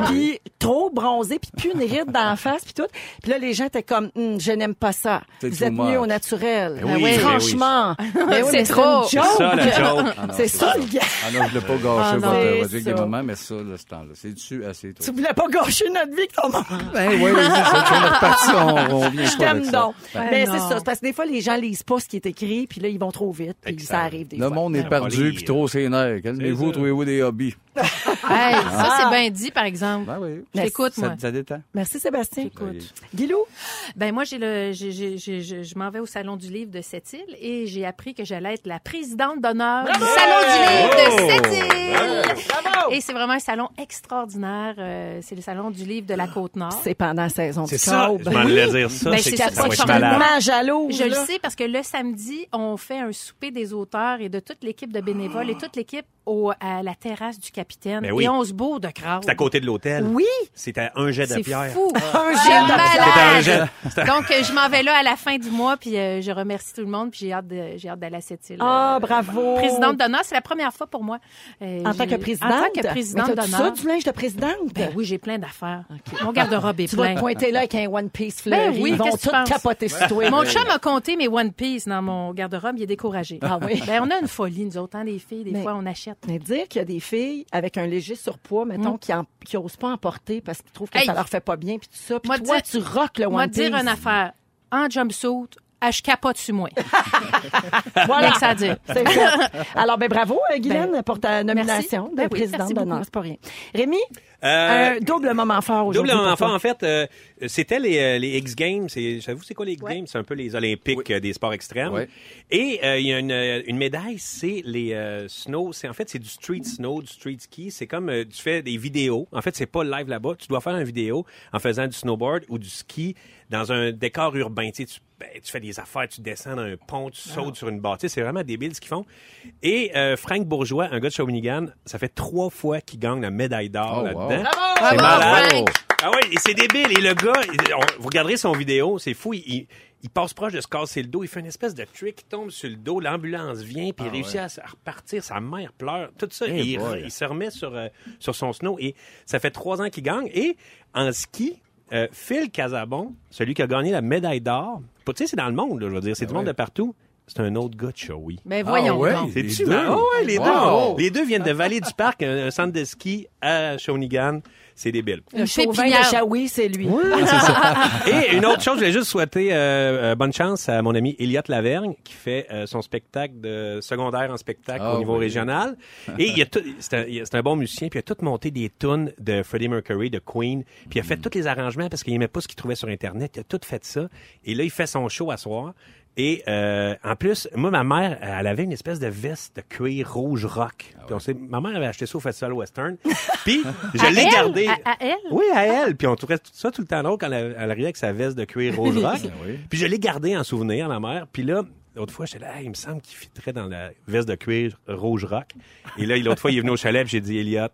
[SPEAKER 2] puis trop bronzées, puis plus une ride dans la face, puis tout. Puis là, les gens étaient comme, Hum, je n'aime pas ça.
[SPEAKER 3] C'est
[SPEAKER 2] Vous
[SPEAKER 3] too
[SPEAKER 2] êtes mieux au
[SPEAKER 3] much.
[SPEAKER 2] naturel.
[SPEAKER 4] oui, ben oui.
[SPEAKER 2] Franchement. Mais oui, mais
[SPEAKER 5] C'est trop.
[SPEAKER 2] une joke.
[SPEAKER 4] C'est ça, la [laughs] joke.
[SPEAKER 3] Ah non,
[SPEAKER 2] C'est ça, le gars.
[SPEAKER 3] Ah non, je l'ai pas gâché,
[SPEAKER 2] Ah non,
[SPEAKER 3] votre
[SPEAKER 2] c'est
[SPEAKER 3] votre vie avec des
[SPEAKER 2] ça.
[SPEAKER 3] moments, mais ça, là, ce temps-là, c'est dessus assez tôt.
[SPEAKER 2] Tu voulais pas gâcher notre vie, que ton moment.
[SPEAKER 3] Ben oui, vas-y, ça, tu es reparti, on, on vient
[SPEAKER 2] Je
[SPEAKER 3] pas avec
[SPEAKER 2] t'aime
[SPEAKER 3] ça.
[SPEAKER 2] donc. Mais
[SPEAKER 5] non.
[SPEAKER 2] c'est ça. c'est parce que des fois, les gens lisent pas ce qui est écrit, puis là, ils vont trop vite, puis
[SPEAKER 4] Exact.
[SPEAKER 2] ça arrive des
[SPEAKER 3] Le
[SPEAKER 2] fois.
[SPEAKER 3] monde est
[SPEAKER 4] pas
[SPEAKER 3] perdu,
[SPEAKER 4] lire.
[SPEAKER 3] puis trop sénère. Calmez-vous,
[SPEAKER 4] ça.
[SPEAKER 3] trouvez-vous des hobbies.
[SPEAKER 5] Hey, ça,
[SPEAKER 2] Ah.
[SPEAKER 5] c'est bien dit, par exemple.
[SPEAKER 3] Ben oui.
[SPEAKER 5] Je t'écoute, moi.
[SPEAKER 3] Ça, ça détend.
[SPEAKER 2] Merci, Sébastien.
[SPEAKER 3] J'écoute.
[SPEAKER 2] Guilou?
[SPEAKER 5] Ben moi, j'ai le, j'ai- j'ai- j'ai- j'ai- je m'en vais au Salon du Livre de Sept-Îles et j'ai appris que j'allais être la présidente d'honneur du Salon du Livre de Sept-Îles. Et c'est vraiment un salon extraordinaire. euh, c'est le Salon du Livre de la Côte-Nord.
[SPEAKER 2] C'est pendant la saison
[SPEAKER 4] C'est
[SPEAKER 2] du
[SPEAKER 4] ça.
[SPEAKER 2] crabe.
[SPEAKER 4] Je m'en allais dire ça.
[SPEAKER 5] Ben,
[SPEAKER 4] c'est
[SPEAKER 5] je
[SPEAKER 4] que ça
[SPEAKER 5] suis
[SPEAKER 4] va être
[SPEAKER 5] absolument
[SPEAKER 4] malade.
[SPEAKER 2] tellement jaloux.
[SPEAKER 5] Je le
[SPEAKER 2] là.
[SPEAKER 5] sais parce que le samedi, on fait un souper des auteurs et de toute l'équipe de bénévoles et toute l'équipe au- à la terrasse du capitaine
[SPEAKER 4] Ben oui.
[SPEAKER 5] et on se bourre de crowd.
[SPEAKER 4] C'est à côté de l'hôtel.
[SPEAKER 5] Oui,
[SPEAKER 4] C'est à un jet de
[SPEAKER 5] c'est
[SPEAKER 4] pierre. Ah.
[SPEAKER 5] fou.
[SPEAKER 2] Un
[SPEAKER 5] C'est
[SPEAKER 2] jet de
[SPEAKER 4] pierre.
[SPEAKER 5] malade.
[SPEAKER 4] C'est un jet.
[SPEAKER 5] Donc, euh, je m'en vais là à la fin du mois, puis euh, je remercie tout le monde, puis j'ai hâte de- j'ai hâte d'aller à cette île.
[SPEAKER 2] Ah,
[SPEAKER 5] Euh,
[SPEAKER 2] bravo.
[SPEAKER 5] Présidente d'honneur, c'est la première fois pour moi. Euh,
[SPEAKER 2] En tant
[SPEAKER 5] j'ai-
[SPEAKER 2] que présidente.
[SPEAKER 5] En tant que présidente
[SPEAKER 2] Mais t'as-tu ça,
[SPEAKER 5] d'honneur.
[SPEAKER 2] du linge de présidente?
[SPEAKER 5] Ben oui, j'ai plein d'affaires. Mon garde-robe est
[SPEAKER 2] [laughs] Tu vas
[SPEAKER 5] plein.
[SPEAKER 2] te pointer là avec un One Piece
[SPEAKER 5] Ben
[SPEAKER 2] fleuri.
[SPEAKER 5] oui,
[SPEAKER 2] Ils vont
[SPEAKER 5] qu'est-ce que
[SPEAKER 2] tous
[SPEAKER 5] tu penses?
[SPEAKER 2] capoter sur toi.
[SPEAKER 5] Mon chum a compté mes One Piece dans mon garde-robe. Il est découragé.
[SPEAKER 2] Ah oui?
[SPEAKER 5] Ben, on a une folie, nous autres, hein, les filles. Des
[SPEAKER 2] Mais-
[SPEAKER 5] fois, on achète.
[SPEAKER 2] Mais dire qu'il y a des filles avec un léger surpoids, mettons, qui, en- qui osent pas en porter parce qu'ils trouvent que
[SPEAKER 5] Mm. Hey!
[SPEAKER 2] ça leur fait pas bien, puis tout ça. Puis
[SPEAKER 5] Moi,
[SPEAKER 2] toi,
[SPEAKER 5] dire-
[SPEAKER 2] tu rock le One
[SPEAKER 5] Moi,
[SPEAKER 2] Piece.
[SPEAKER 5] dire une affaire en jumpsuit, ah, je capote sur
[SPEAKER 4] [laughs]
[SPEAKER 5] moi. Rien
[SPEAKER 2] Voilà.
[SPEAKER 5] que ça à dire.
[SPEAKER 2] C'est
[SPEAKER 5] [laughs]
[SPEAKER 2] fait. Alors, ben bravo, euh, Guylaine,
[SPEAKER 5] Ben,
[SPEAKER 2] pour ta nomination de
[SPEAKER 5] Ben oui,
[SPEAKER 2] présidente
[SPEAKER 5] merci
[SPEAKER 2] d'honneur.
[SPEAKER 5] beaucoup.
[SPEAKER 2] C'est pas rien. Rémi,
[SPEAKER 4] Euh,
[SPEAKER 2] un double moment fort aujourd'hui.
[SPEAKER 4] Double
[SPEAKER 2] pour
[SPEAKER 4] enfant,
[SPEAKER 2] toi.
[SPEAKER 4] en fait, euh, c'était les, euh, les X Games. C'est- Savez-vous c'est quoi les X Games? C'est un peu les Olympiques euh, des sports extrêmes.
[SPEAKER 3] Ouais.
[SPEAKER 4] Et euh, il y a une, euh, une médaille, c'est les euh, snow. C'est en fait c'est du street snow, du street ski. C'est comme euh, tu fais des vidéos. En fait, c'est pas live là-bas. Tu dois faire une vidéo en faisant du snowboard ou du ski dans un décor urbain. Tu, sais, tu, ben, tu fais des affaires, tu descends d'un pont, tu
[SPEAKER 2] Ah.
[SPEAKER 4] sautes sur une bâtisse. C'est vraiment débile ce qu'ils font. Et euh, Frank Bourgeois, un gars de Shawinigan, ça fait trois fois qu'il gagne la médaille d'or
[SPEAKER 3] Oh, wow.
[SPEAKER 4] là-dedans.
[SPEAKER 5] Bravo,
[SPEAKER 4] malade.
[SPEAKER 5] Frank.
[SPEAKER 4] Ah oui, et c'est débile. Et le gars, il- on- vous regarderez son vidéo, c'est fou. Il, il- il passe proche de se casser le dos. Il fait une espèce de trick, il tombe sur le dos. L'ambulance vient, puis il réussit à se- à, repartir. Sa mère pleure. Tout ça,
[SPEAKER 3] Eh
[SPEAKER 4] et il,
[SPEAKER 3] boy.
[SPEAKER 4] il se remet sur, euh, sur son snow. Et ça fait trois ans qu'il gagne. Et en ski, euh, Phil Casabon, celui qui a gagné la médaille d'or, tu sais, c'est dans le monde, là, je veux dire, c'est du monde de partout. C'est un autre gars de Shoei.
[SPEAKER 5] Ben voyons
[SPEAKER 3] ouais?
[SPEAKER 5] donc.
[SPEAKER 3] Les
[SPEAKER 4] C'est-tu
[SPEAKER 3] deux? Oh,
[SPEAKER 4] marrant? Ah ouais, les,
[SPEAKER 3] Wow.
[SPEAKER 4] deux. les deux viennent de Vallée du Parc, un, un centre de ski à Shawinigan. C'est débile.
[SPEAKER 2] Le chauvin de
[SPEAKER 5] pépinière.
[SPEAKER 2] Chaoui, c'est lui.
[SPEAKER 5] Ah,
[SPEAKER 4] [laughs] Et une autre chose, je voulais juste souhaiter euh, euh, bonne chance à mon ami Elliot Lavergne qui fait euh, son spectacle de secondaire en spectacle
[SPEAKER 3] Ah
[SPEAKER 4] au niveau
[SPEAKER 3] oui.
[SPEAKER 4] régional.
[SPEAKER 5] [laughs]
[SPEAKER 4] Et il a tout- c'est un, il- c'est un bon musicien, puis il a tout monté des tunes de Freddie Mercury, de Queen, puis il a
[SPEAKER 5] Mm.
[SPEAKER 4] fait tous les arrangements parce qu'il aimait pas ce qu'il trouvait sur internet. Il a tout fait ça. Et là, il fait son show à soir. Et euh, en plus, moi, ma mère, elle avait une espèce de veste de cuir rouge rock.
[SPEAKER 5] Ah
[SPEAKER 4] Puis on sait, ma mère avait acheté ça au Festival Western.
[SPEAKER 5] [laughs]
[SPEAKER 4] Puis
[SPEAKER 5] À
[SPEAKER 4] je l'ai
[SPEAKER 5] elle?
[SPEAKER 4] gardé.
[SPEAKER 5] À- à elle?
[SPEAKER 4] Oui, à elle. Puis on trouvait tout ça tout le temps drôle quand elle, elle arrivait avec sa veste de cuir rouge rock.
[SPEAKER 3] oui.
[SPEAKER 4] Puis je l'ai gardé en souvenir, la mère. Puis là, l'autre fois, j'étais là, Ah, il me semble qu'il fitterait dans la veste de cuir rouge rock. Et là, l'autre fois, il est venu au chalet, puis j'ai dit, Elliot,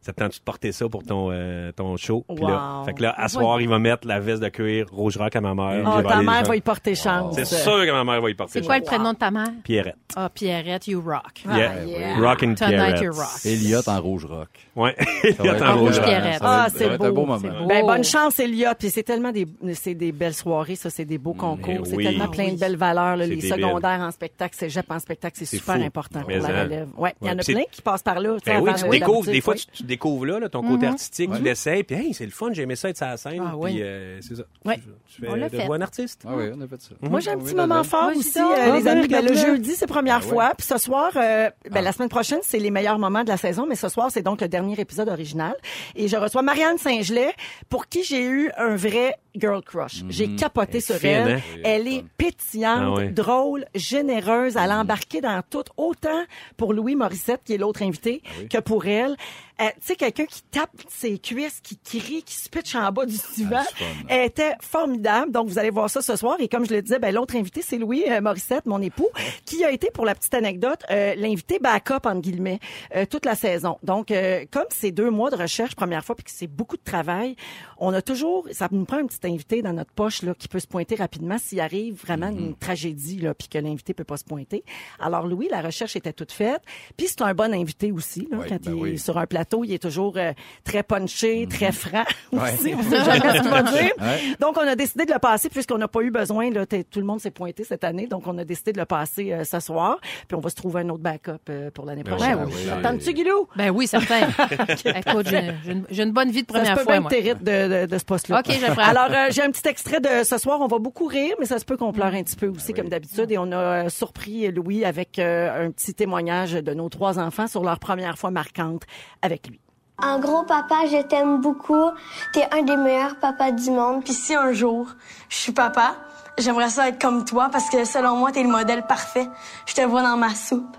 [SPEAKER 4] ça te tente de porter ça pour ton, euh, ton show? Puis là,
[SPEAKER 2] Wow.
[SPEAKER 4] fait que là, à soir, il va mettre la veste de cuir rouge rock à ma mère.
[SPEAKER 2] Ah,
[SPEAKER 4] Puis
[SPEAKER 2] ta
[SPEAKER 4] aller,
[SPEAKER 2] mère
[SPEAKER 4] genre,
[SPEAKER 2] va y porter chance.
[SPEAKER 4] C'est sûr que ma mère va y porter.
[SPEAKER 5] C'est quoi
[SPEAKER 4] ça.
[SPEAKER 5] le prénom de ta mère?
[SPEAKER 4] Pierrette.
[SPEAKER 5] Ah, Pierrette, you rock.
[SPEAKER 2] Ah,
[SPEAKER 4] Yeah. Rock and
[SPEAKER 5] Tonight,
[SPEAKER 4] Pierrette.
[SPEAKER 5] you rock.
[SPEAKER 3] Elliot en rouge rock.
[SPEAKER 4] Ouais. [laughs] Elliot
[SPEAKER 3] Ah,
[SPEAKER 4] en rouge rock.
[SPEAKER 5] Pierrette.
[SPEAKER 3] Ça va
[SPEAKER 2] Ah,
[SPEAKER 3] être- ça
[SPEAKER 2] c'est
[SPEAKER 3] va être
[SPEAKER 2] beau,
[SPEAKER 3] un beau
[SPEAKER 5] c'est
[SPEAKER 3] moment.
[SPEAKER 5] beau.
[SPEAKER 2] Ben,
[SPEAKER 5] Oh.
[SPEAKER 2] bonne chance, Elliot. Puis c'est tellement des, c'est des belles soirées, ça, c'est des beaux concours, c'est
[SPEAKER 4] oui.
[SPEAKER 2] tellement plein de belles valeurs, là,
[SPEAKER 4] C'est
[SPEAKER 2] les
[SPEAKER 4] débile.
[SPEAKER 2] secondaires en spectacle, c'est en spectacle, c'est
[SPEAKER 4] C'est
[SPEAKER 2] super
[SPEAKER 4] fou.
[SPEAKER 2] important pour
[SPEAKER 4] Mais
[SPEAKER 2] la
[SPEAKER 4] en-
[SPEAKER 2] relève. Ouais, il y en
[SPEAKER 4] Ouais,
[SPEAKER 2] a
[SPEAKER 4] puis
[SPEAKER 2] plein
[SPEAKER 4] c'est-
[SPEAKER 2] qui passent par là. tu sais,
[SPEAKER 4] Ben oui,
[SPEAKER 2] avant
[SPEAKER 4] tu
[SPEAKER 2] le-
[SPEAKER 4] découvres, des
[SPEAKER 2] l'habitude,
[SPEAKER 4] fois,
[SPEAKER 2] oui. Mhm.
[SPEAKER 4] tu, tu découvres là, là, ton côté artistique, tu l'essayes, puis hey, c'est le fun, j'aimais ça être sur la scène,
[SPEAKER 5] Ah oui.
[SPEAKER 4] puis euh, c'est ça.
[SPEAKER 2] Ouais.
[SPEAKER 4] Tu, tu fais
[SPEAKER 5] On l'a
[SPEAKER 4] de
[SPEAKER 5] fait.
[SPEAKER 4] toi un artiste.
[SPEAKER 3] Ah oui, on a fait ça.
[SPEAKER 2] Mhm. Moi, j'ai un
[SPEAKER 3] Oui,
[SPEAKER 2] petit
[SPEAKER 3] là-dedans.
[SPEAKER 2] moment fort
[SPEAKER 5] Vas-y
[SPEAKER 2] aussi,
[SPEAKER 5] donc.
[SPEAKER 2] euh,
[SPEAKER 5] Ah,
[SPEAKER 2] les
[SPEAKER 4] ben,
[SPEAKER 2] amis. Ben, le
[SPEAKER 4] regarde-le.
[SPEAKER 2] jeudi, c'est première
[SPEAKER 3] Ah ouais.
[SPEAKER 2] fois. Puis ce soir, euh, ben, la semaine prochaine, c'est les meilleurs moments de la saison, mais ce soir, c'est donc le dernier épisode original. Et je reçois Marianne Saint-Gelais, pour qui j'ai eu un vrai girl crush. J'ai capoté
[SPEAKER 4] Elle est
[SPEAKER 2] sur
[SPEAKER 4] fine,
[SPEAKER 2] elle.
[SPEAKER 4] hein?
[SPEAKER 2] Elle est pétillante,
[SPEAKER 4] Ah ouais.
[SPEAKER 2] drôle, généreuse. Elle a embarqué dans tout, autant pour Louis Morissette, qui est l'autre invité, que pour elle. Euh, tu sais, quelqu'un qui tape ses cuisses, qui crie, qui se pitche en bas du divan.
[SPEAKER 3] c'est fun.
[SPEAKER 2] Elle était formidable. Donc, vous allez voir ça ce soir. Et comme je le disais, ben, l'autre invité, c'est Louis euh, Morissette, mon époux, qui a été, pour la petite anecdote, euh, l'invité backup, entre guillemets, euh, toute la saison. Donc, euh, comme c'est deux mois de recherche, première fois, puis que c'est beaucoup de travail, on a toujours, ça nous prend un petit invité dans notre poche, là, qui peut se pointer rapidement s'il arrive vraiment
[SPEAKER 3] Mhm.
[SPEAKER 2] une tragédie, là, puis que l'invité peut pas se pointer. Alors, Louis, la recherche était toute faite. Puis c'est un bon invité aussi, là,
[SPEAKER 3] Ouais,
[SPEAKER 2] quand
[SPEAKER 3] ben
[SPEAKER 2] il est
[SPEAKER 3] oui. Mhm.
[SPEAKER 2] sur un plateau, il est toujours euh, très punché, très franc [laughs] aussi.
[SPEAKER 3] Ouais.
[SPEAKER 2] On sait jamais ce qu'il va dire.
[SPEAKER 3] [laughs] Ouais.
[SPEAKER 2] Donc, on a décidé de le passer puisqu'on n'a pas eu besoin. Là, t'es- tout le monde s'est pointé cette année. Donc, on a décidé de le passer euh, ce soir. Puis, on va se trouver un autre backup euh, pour l'année prochaine.
[SPEAKER 5] oui,
[SPEAKER 3] ben oui.
[SPEAKER 2] T'entends-tu, Guilou?
[SPEAKER 5] Ben oui,
[SPEAKER 2] [laughs]
[SPEAKER 5] certain. Écoute, j'ai- j'ai une- j'ai une bonne vie de
[SPEAKER 2] Ça se
[SPEAKER 5] première
[SPEAKER 2] peut
[SPEAKER 5] fois,
[SPEAKER 2] bien
[SPEAKER 5] moi.
[SPEAKER 2] que t'hérites de, de, de ce poste-là.
[SPEAKER 5] OK, je prends.
[SPEAKER 2] Alors, euh, j'ai un petit extrait de ce soir. On va beaucoup rire, mais ça se peut qu'on
[SPEAKER 5] Mm.
[SPEAKER 2] pleure un petit peu aussi, comme d'habitude. Et on a euh, surpris Louis avec euh, un petit témoignage de nos trois enfants sur leur première fois marquante avec lui.
[SPEAKER 7] En gros, papa, je t'aime beaucoup. T'es un des meilleurs papas du monde.
[SPEAKER 8] Puis si un jour, je suis papa, j'aimerais ça être comme toi parce que selon moi, t'es le modèle parfait. Je te vois dans ma soupe.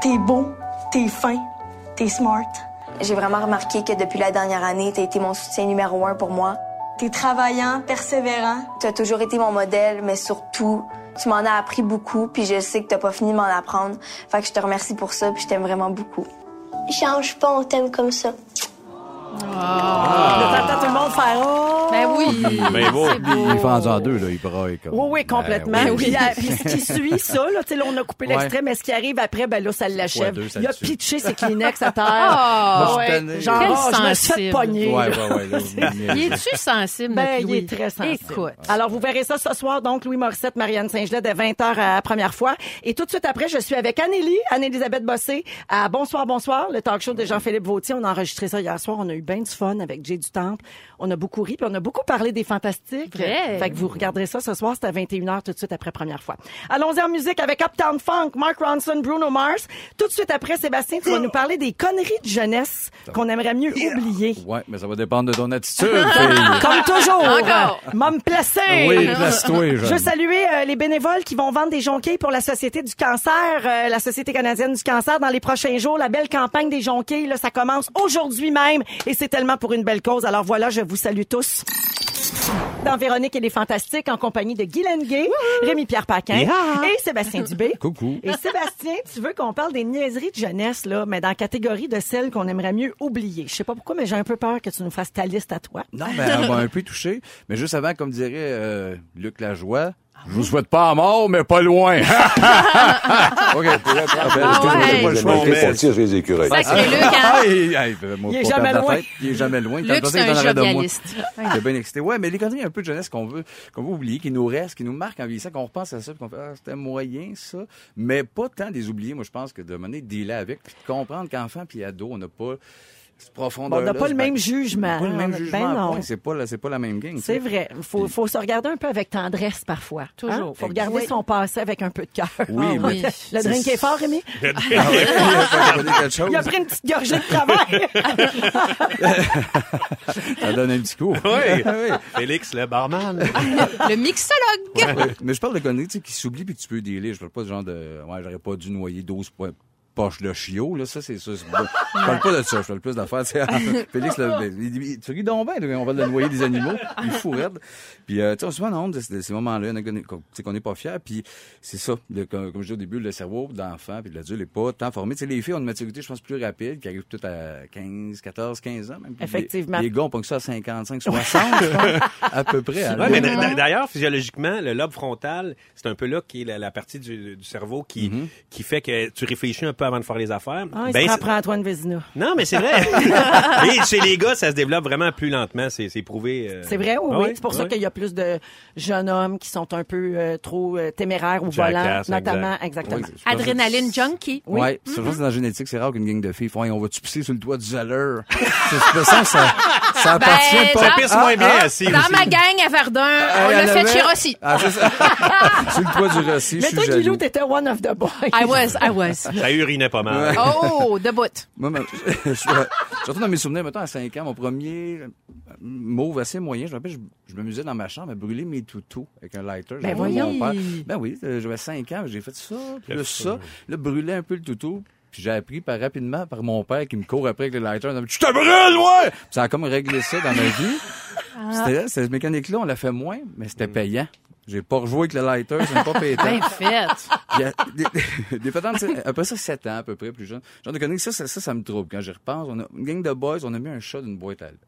[SPEAKER 8] t'es beau, t'es fin, t'es smart,
[SPEAKER 9] J'ai vraiment remarqué que depuis la dernière année, t'as été mon soutien numéro un pour moi.
[SPEAKER 8] t'es travaillant, persévérant.
[SPEAKER 9] T'as toujours été mon modèle, mais surtout, Tu m'en as appris beaucoup, puis je sais que t'as pas fini de m'en apprendre. Fait que je te remercie pour ça, puis je t'aime vraiment beaucoup.
[SPEAKER 7] Change pas, on t'aime comme ça.
[SPEAKER 2] T'entends tout le monde faire oh!
[SPEAKER 5] Ah. Ben oui.
[SPEAKER 4] Ben beau.
[SPEAKER 5] C'est beau.
[SPEAKER 3] Il est fendu en deux, là, il braille comme.
[SPEAKER 2] Oui, oui, complètement.
[SPEAKER 3] Ben
[SPEAKER 2] Puis, la- puis ce qui suit ça, là, tu sais, là, on a coupé
[SPEAKER 3] Ouais.
[SPEAKER 2] l'extrait, mais ce qui arrive après, ben là, ça l'achève.
[SPEAKER 3] deux, ça
[SPEAKER 2] il a
[SPEAKER 3] le tue.
[SPEAKER 2] pitché ses Kleenex à
[SPEAKER 5] Ah,
[SPEAKER 2] terre.
[SPEAKER 3] je suis
[SPEAKER 2] Ouais.
[SPEAKER 3] tanné.
[SPEAKER 2] Genre,
[SPEAKER 5] Quel
[SPEAKER 2] oh, je me suis fait
[SPEAKER 5] sensible.
[SPEAKER 2] pogner.
[SPEAKER 3] Ouais,
[SPEAKER 2] là.
[SPEAKER 3] ouais, ouais. là,
[SPEAKER 5] Il
[SPEAKER 3] Ben, il-
[SPEAKER 5] est-tu sensible, notre
[SPEAKER 2] Ben, il
[SPEAKER 5] Louis?
[SPEAKER 2] est très sensible. Ah,
[SPEAKER 5] Écoute.
[SPEAKER 2] Alors, vous verrez ça ce soir, donc, Louis Morissette, Marianne Saint-Gelais, de 20h à la première fois. Et tout de suite après, je suis avec Anélie, Anne-Élisabeth Bossé, à Bonsoir, Bonsoir, le talk show de Jean-Philippe Vautier. On a enregistré ça hier soir. On a eu bien du fun avec Jay du Temple. On a beaucoup ri, puis on a beaucoup parlé des fantastiques.
[SPEAKER 5] Vrai.
[SPEAKER 2] Fait que vous regarderez ça ce soir, c'est à 21h tout de suite après première fois. Allons-y en musique avec Uptown Funk, Mark Ronson, Bruno Mars. Tout de suite après, Sébastien, tu vas nous parler des conneries de jeunesse qu'on aimerait mieux oublier.
[SPEAKER 3] Ouais, mais ça va dépendre de ton attitude, fille.
[SPEAKER 2] Comme toujours.
[SPEAKER 5] Encore.
[SPEAKER 2] M'a me placer.
[SPEAKER 3] Oui, place-toi,
[SPEAKER 2] Je veux
[SPEAKER 3] jeune.
[SPEAKER 2] saluer euh, les bénévoles qui vont vendre des jonquilles pour la Société du cancer, euh, la Société canadienne du cancer, dans les prochains jours. La belle campagne des jonquilles, là, ça commence aujourd'hui même et c'est tellement pour une belle cause. Alors voilà, je vous salue tous. Dans Véronique et les Fantastiques, en compagnie de Guy Lenguet, Rémi-Pierre Paquin et Sébastien
[SPEAKER 3] [laughs]
[SPEAKER 2] Dubé.
[SPEAKER 3] Coucou.
[SPEAKER 2] Et Sébastien, tu veux qu'on parle des niaiseries de jeunesse, là, mais dans la catégorie de celles qu'on aimerait mieux oublier. Je sais pas pourquoi, mais j'ai un peu peur que tu nous fasses ta liste à toi.
[SPEAKER 3] Non, mais on va un peu touché. Mais juste avant, comme dirait euh, Luc Lajoie, je vous souhaite pas à mort, mais pas loin. OK, pour être rappel,
[SPEAKER 5] Ah
[SPEAKER 3] excuse-moi, j'ai pas
[SPEAKER 5] ouais.
[SPEAKER 3] le choix.
[SPEAKER 4] Mais-
[SPEAKER 2] ben,
[SPEAKER 5] Sacré Luc, hein?
[SPEAKER 3] Ah, il, ah, il- moi,
[SPEAKER 2] Il est
[SPEAKER 3] pas
[SPEAKER 2] jamais
[SPEAKER 3] perdre la
[SPEAKER 2] loin.
[SPEAKER 3] tête. Il est jamais loin. Quand
[SPEAKER 5] Luc,
[SPEAKER 3] le
[SPEAKER 5] c'est
[SPEAKER 3] temps
[SPEAKER 5] un
[SPEAKER 3] est en arrière de moi.
[SPEAKER 5] jovialiste.
[SPEAKER 3] J'étais bien excité. Ouais, mais les conneries un peu de jeunesse qu'on veut, qu'on veut oublier, qui nous restent, qui nous marquent en vieillissant, qu'on repense à ça, puis qu'on fait, ah, c'était moyen, ça. Mais pas tant des oublier. Moi, je pense que de mener de dealer avec, puis de comprendre qu'enfant puis ado, on n'a pas cette profondeur.
[SPEAKER 2] On n'a pas le même jugement.
[SPEAKER 3] Pas le même
[SPEAKER 2] Ben
[SPEAKER 3] jugement.
[SPEAKER 2] non.
[SPEAKER 3] point. C'est pas, la- c'est pas la même game.
[SPEAKER 2] C'est
[SPEAKER 3] tu sais.
[SPEAKER 2] vrai. Il faut, faut se regarder un peu avec tendresse parfois. hein?
[SPEAKER 5] Toujours.
[SPEAKER 2] faut regarder son passé avec un peu de cœur.
[SPEAKER 3] Oui,
[SPEAKER 5] Ah,
[SPEAKER 3] mais
[SPEAKER 5] oui.
[SPEAKER 2] [laughs] Le drink est fort, Rémi?
[SPEAKER 3] Ah ouais, [laughs] faut donner quelque chose.
[SPEAKER 2] Il a pris une petite gorgée de travail.
[SPEAKER 3] Ça donne un petit
[SPEAKER 4] [laughs]
[SPEAKER 3] coup.
[SPEAKER 4] [laughs]
[SPEAKER 3] Ah
[SPEAKER 4] Oui. Félix, le barman.
[SPEAKER 5] Le mixologue.
[SPEAKER 3] Ouais. [laughs] Mais je parle de conneries tu sais, qui s'oublient puis que tu peux délire. Je parle pas de genre de. Ouais, j'aurais pas dû noyer 12 po- poches de chiot, là. Ça, c'est ça. c'est
[SPEAKER 4] [laughs]
[SPEAKER 3] pas- Je parle pas de ça. Je parle plus d'affaires, tu sais. [laughs] Félix, là, ben, il- il- tu ris donc bien, là, on va le noyer des animaux. Il fout raide. Puis, euh, tu sais, on se met en honte de, ce- de ces moments-là. Il y en a qu'on- qu'on- Tu sais, qu'on n'est pas fiers. Puis, c'est ça. Le- comme, comme je dis au début, le cerveau de l'enfant puis de l'adulte n'est pas tant formé. Tu sais, les filles ont une maturité, je pense, plus rapide, qui arrive tout à 15, 14, 15 ans, même. Puis
[SPEAKER 2] Effectivement.
[SPEAKER 3] Les, les gars, on pogne ça à 55, 60, je pense,
[SPEAKER 4] [laughs]
[SPEAKER 3] à peu près. hein. à
[SPEAKER 4] Ah, Ouais, mais d- d- d'ailleurs, physiologiquement, le lobe frontal, c'est un peu là qui est la, la partie du, du cerveau qui, qui fait que tu réfléchis un peu avant de faire les affaires.
[SPEAKER 2] Ah, il
[SPEAKER 4] Ben,
[SPEAKER 2] se
[SPEAKER 4] c'est-
[SPEAKER 2] reprend Antoine Vézina.
[SPEAKER 4] non, mais c'est
[SPEAKER 2] [laughs]
[SPEAKER 4] vrai. Et chez les gars, ça se développe vraiment plus lentement. C'est c'est prouvé. euh.
[SPEAKER 2] C'est vrai, oui.
[SPEAKER 4] Ah
[SPEAKER 2] oui.
[SPEAKER 4] ouais,
[SPEAKER 2] C'est pour ça
[SPEAKER 4] ouais.
[SPEAKER 2] qu'il y a plus de jeunes hommes qui sont un peu euh, trop euh, téméraires au volant,
[SPEAKER 4] Jackass,
[SPEAKER 2] notamment.
[SPEAKER 4] exact.
[SPEAKER 2] Exactement.
[SPEAKER 3] Ouais, je pense que-
[SPEAKER 5] Adrénaline junkie.
[SPEAKER 3] Oui. Ouais, c'est sûr que dans la génétique, c'est rare qu'une gang de filles font Hey, on va-tu pisser sur le toit du zèleur? [laughs] C'est c'est ça, ça, ça appartient
[SPEAKER 5] Ben,
[SPEAKER 3] pas.
[SPEAKER 5] ça
[SPEAKER 4] pisse moins bien assis
[SPEAKER 5] Dans
[SPEAKER 4] aussi.
[SPEAKER 5] ma gang à Verdun,
[SPEAKER 3] Ah,
[SPEAKER 5] on
[SPEAKER 3] il y en
[SPEAKER 5] l'a fait
[SPEAKER 3] avait-
[SPEAKER 5] chez Rossi.
[SPEAKER 3] Ah, c'est ça. sur le toit du Rossi, je
[SPEAKER 2] Mais
[SPEAKER 3] suis
[SPEAKER 2] toi, Guilou,
[SPEAKER 3] jaloux.
[SPEAKER 2] t'étais one of the boys.
[SPEAKER 5] I
[SPEAKER 2] [laughs]
[SPEAKER 5] was, I
[SPEAKER 3] [laughs]
[SPEAKER 5] was.
[SPEAKER 4] Ça urinait pas mal.
[SPEAKER 5] Oh, de bout.
[SPEAKER 3] Moi, ma- [laughs] je, suis- je retourne dans mes souvenirs, mettons, à 5 ans, mon premier euh, mauve assez moyen, je me rappelle, je, je m'amusais dans ma chambre à brûler mes toutous avec un lighter. J'avais
[SPEAKER 2] Ben, voyons.
[SPEAKER 3] mon père. Ben oui, euh, j'avais 5 ans, j'ai fait ça, plus ça, là, brûler un peu le toutou. Puis j'ai appris par, rapidement par mon père qui me court après avec le lighter. en disant, Je te brûle, ouais! Puis ça a comme réglé ça dans ma vie.
[SPEAKER 2] Ah.
[SPEAKER 3] C'était, cette mécanique-là, on l'a fait moins, mais
[SPEAKER 4] Mm.
[SPEAKER 3] c'était payant. J'ai pas rejoué avec le lighter, ça
[SPEAKER 2] [laughs]
[SPEAKER 3] m'a pas payé
[SPEAKER 2] Ben,
[SPEAKER 5] Bien fait.
[SPEAKER 3] puis, euh, des, des patentes, tu sais, après ça, 7 ans à peu près, plus jeune. Genre de conneries, ça, ça, ça, ça me trouble. Quand j'y repense, on a une gang de boys, on a mis un chat d'une boîte à lettres.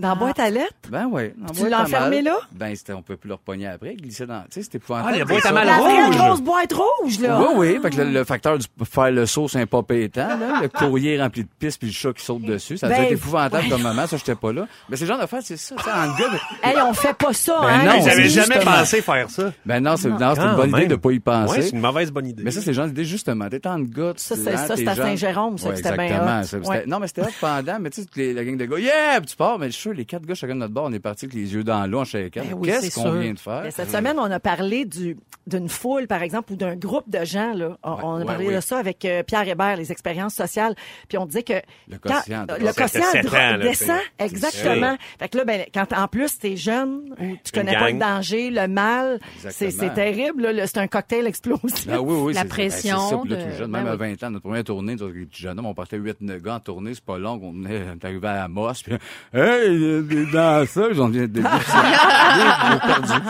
[SPEAKER 2] Dans la boîte à lettres?
[SPEAKER 3] Ben ouais. en
[SPEAKER 2] Tu
[SPEAKER 3] boîte
[SPEAKER 2] l'as
[SPEAKER 3] à mal.
[SPEAKER 2] enfermé là?
[SPEAKER 3] Ben, c'était, on peut plus le repogner après, glisser dans. Tu sais, c'était épouvantable.
[SPEAKER 4] Ah, la boîte à
[SPEAKER 3] Ça.
[SPEAKER 4] mal
[SPEAKER 2] La vraie
[SPEAKER 4] rouge.
[SPEAKER 2] grosse boîte rouge, là.
[SPEAKER 3] Oui, oui. Fait que le, le facteur du faire le saut, c'est un pas pétant,
[SPEAKER 2] [laughs]
[SPEAKER 3] là. Le courrier rempli de pisse puis le chat qui saute dessus. Ça a dû
[SPEAKER 2] Ben,
[SPEAKER 3] être épouvantable comme moment. Ça, j'étais pas là. Mais c'est le genre d'affaire, c'est ça, tu sais, en gars. ben-
[SPEAKER 2] Hey, on fait pas ça,
[SPEAKER 3] Ben
[SPEAKER 2] hein?
[SPEAKER 3] non,
[SPEAKER 2] les
[SPEAKER 3] c'est
[SPEAKER 4] J'avais
[SPEAKER 2] amis.
[SPEAKER 4] jamais
[SPEAKER 3] justement-
[SPEAKER 4] pensé faire ça.
[SPEAKER 3] Ben non, c'est, non, c'est une
[SPEAKER 4] Quand
[SPEAKER 3] bonne idée
[SPEAKER 4] même.
[SPEAKER 3] de pas y penser.
[SPEAKER 4] Ouais, Ah, c'est une mauvaise bonne idée.
[SPEAKER 3] Mais ça, c'est genre d'idée, justement. T'es en gars, tu
[SPEAKER 2] Ça,
[SPEAKER 3] sais,
[SPEAKER 2] c'est-
[SPEAKER 3] hein,
[SPEAKER 2] ça,
[SPEAKER 3] t'es
[SPEAKER 2] c'est à
[SPEAKER 3] genre-
[SPEAKER 2] Saint-Jérôme, ça, que c'était bien
[SPEAKER 3] exactement.
[SPEAKER 2] hot.
[SPEAKER 3] Ça, c'était-
[SPEAKER 2] Ouais.
[SPEAKER 3] Non, mais c'était hot pendant, mais tu sais, toute les- la gang de gars, yeah, Puis tu pars, mais je suis sûr, les quatre gars chacun de notre bord, on est partis avec les yeux dans l'eau en chacun.
[SPEAKER 2] Ben oui, c'est
[SPEAKER 3] Qu'est-ce qu'on
[SPEAKER 2] sûr.
[SPEAKER 3] vient de faire?
[SPEAKER 2] Mais cette semaine, on a parlé du- d'une foule, par exemple, ou d'un groupe de gens. Là. On, on a
[SPEAKER 3] ouais,
[SPEAKER 2] parlé
[SPEAKER 3] oui.
[SPEAKER 2] de ça avec euh, Pierre Hébert, les expériences sociales. Puis on disait que
[SPEAKER 3] Le
[SPEAKER 2] quand-
[SPEAKER 3] quotient,
[SPEAKER 2] euh,
[SPEAKER 3] t'as
[SPEAKER 2] le
[SPEAKER 3] passé à
[SPEAKER 2] quotient
[SPEAKER 4] sept
[SPEAKER 2] dro-
[SPEAKER 4] ans, là,
[SPEAKER 2] descend,
[SPEAKER 4] c'est-
[SPEAKER 2] exactement. Fait que là, ben, quand en plus t'es jeune ou tu connais pas
[SPEAKER 4] gang.
[SPEAKER 2] le danger, le mal, c'est
[SPEAKER 3] Exactement.
[SPEAKER 2] c'est terrible. là, le- C'est un cocktail explosif.
[SPEAKER 3] Ah oui, oui,
[SPEAKER 5] La
[SPEAKER 3] c'est- ben,
[SPEAKER 5] pression
[SPEAKER 3] c'est ça, puis là, tout
[SPEAKER 5] de-
[SPEAKER 3] jeune,
[SPEAKER 5] ben
[SPEAKER 3] même à
[SPEAKER 5] oui.
[SPEAKER 3] 20 ans, notre première tournée, nous autres, les petits jeunes hommes, on partait 8-9 gars en tournée, c'est pas long, on venait- [laughs] on est arrivé à Amos, puis
[SPEAKER 5] [laughs]
[SPEAKER 3] hey, euh, des danseuses, on vient de. des- des- des perdus.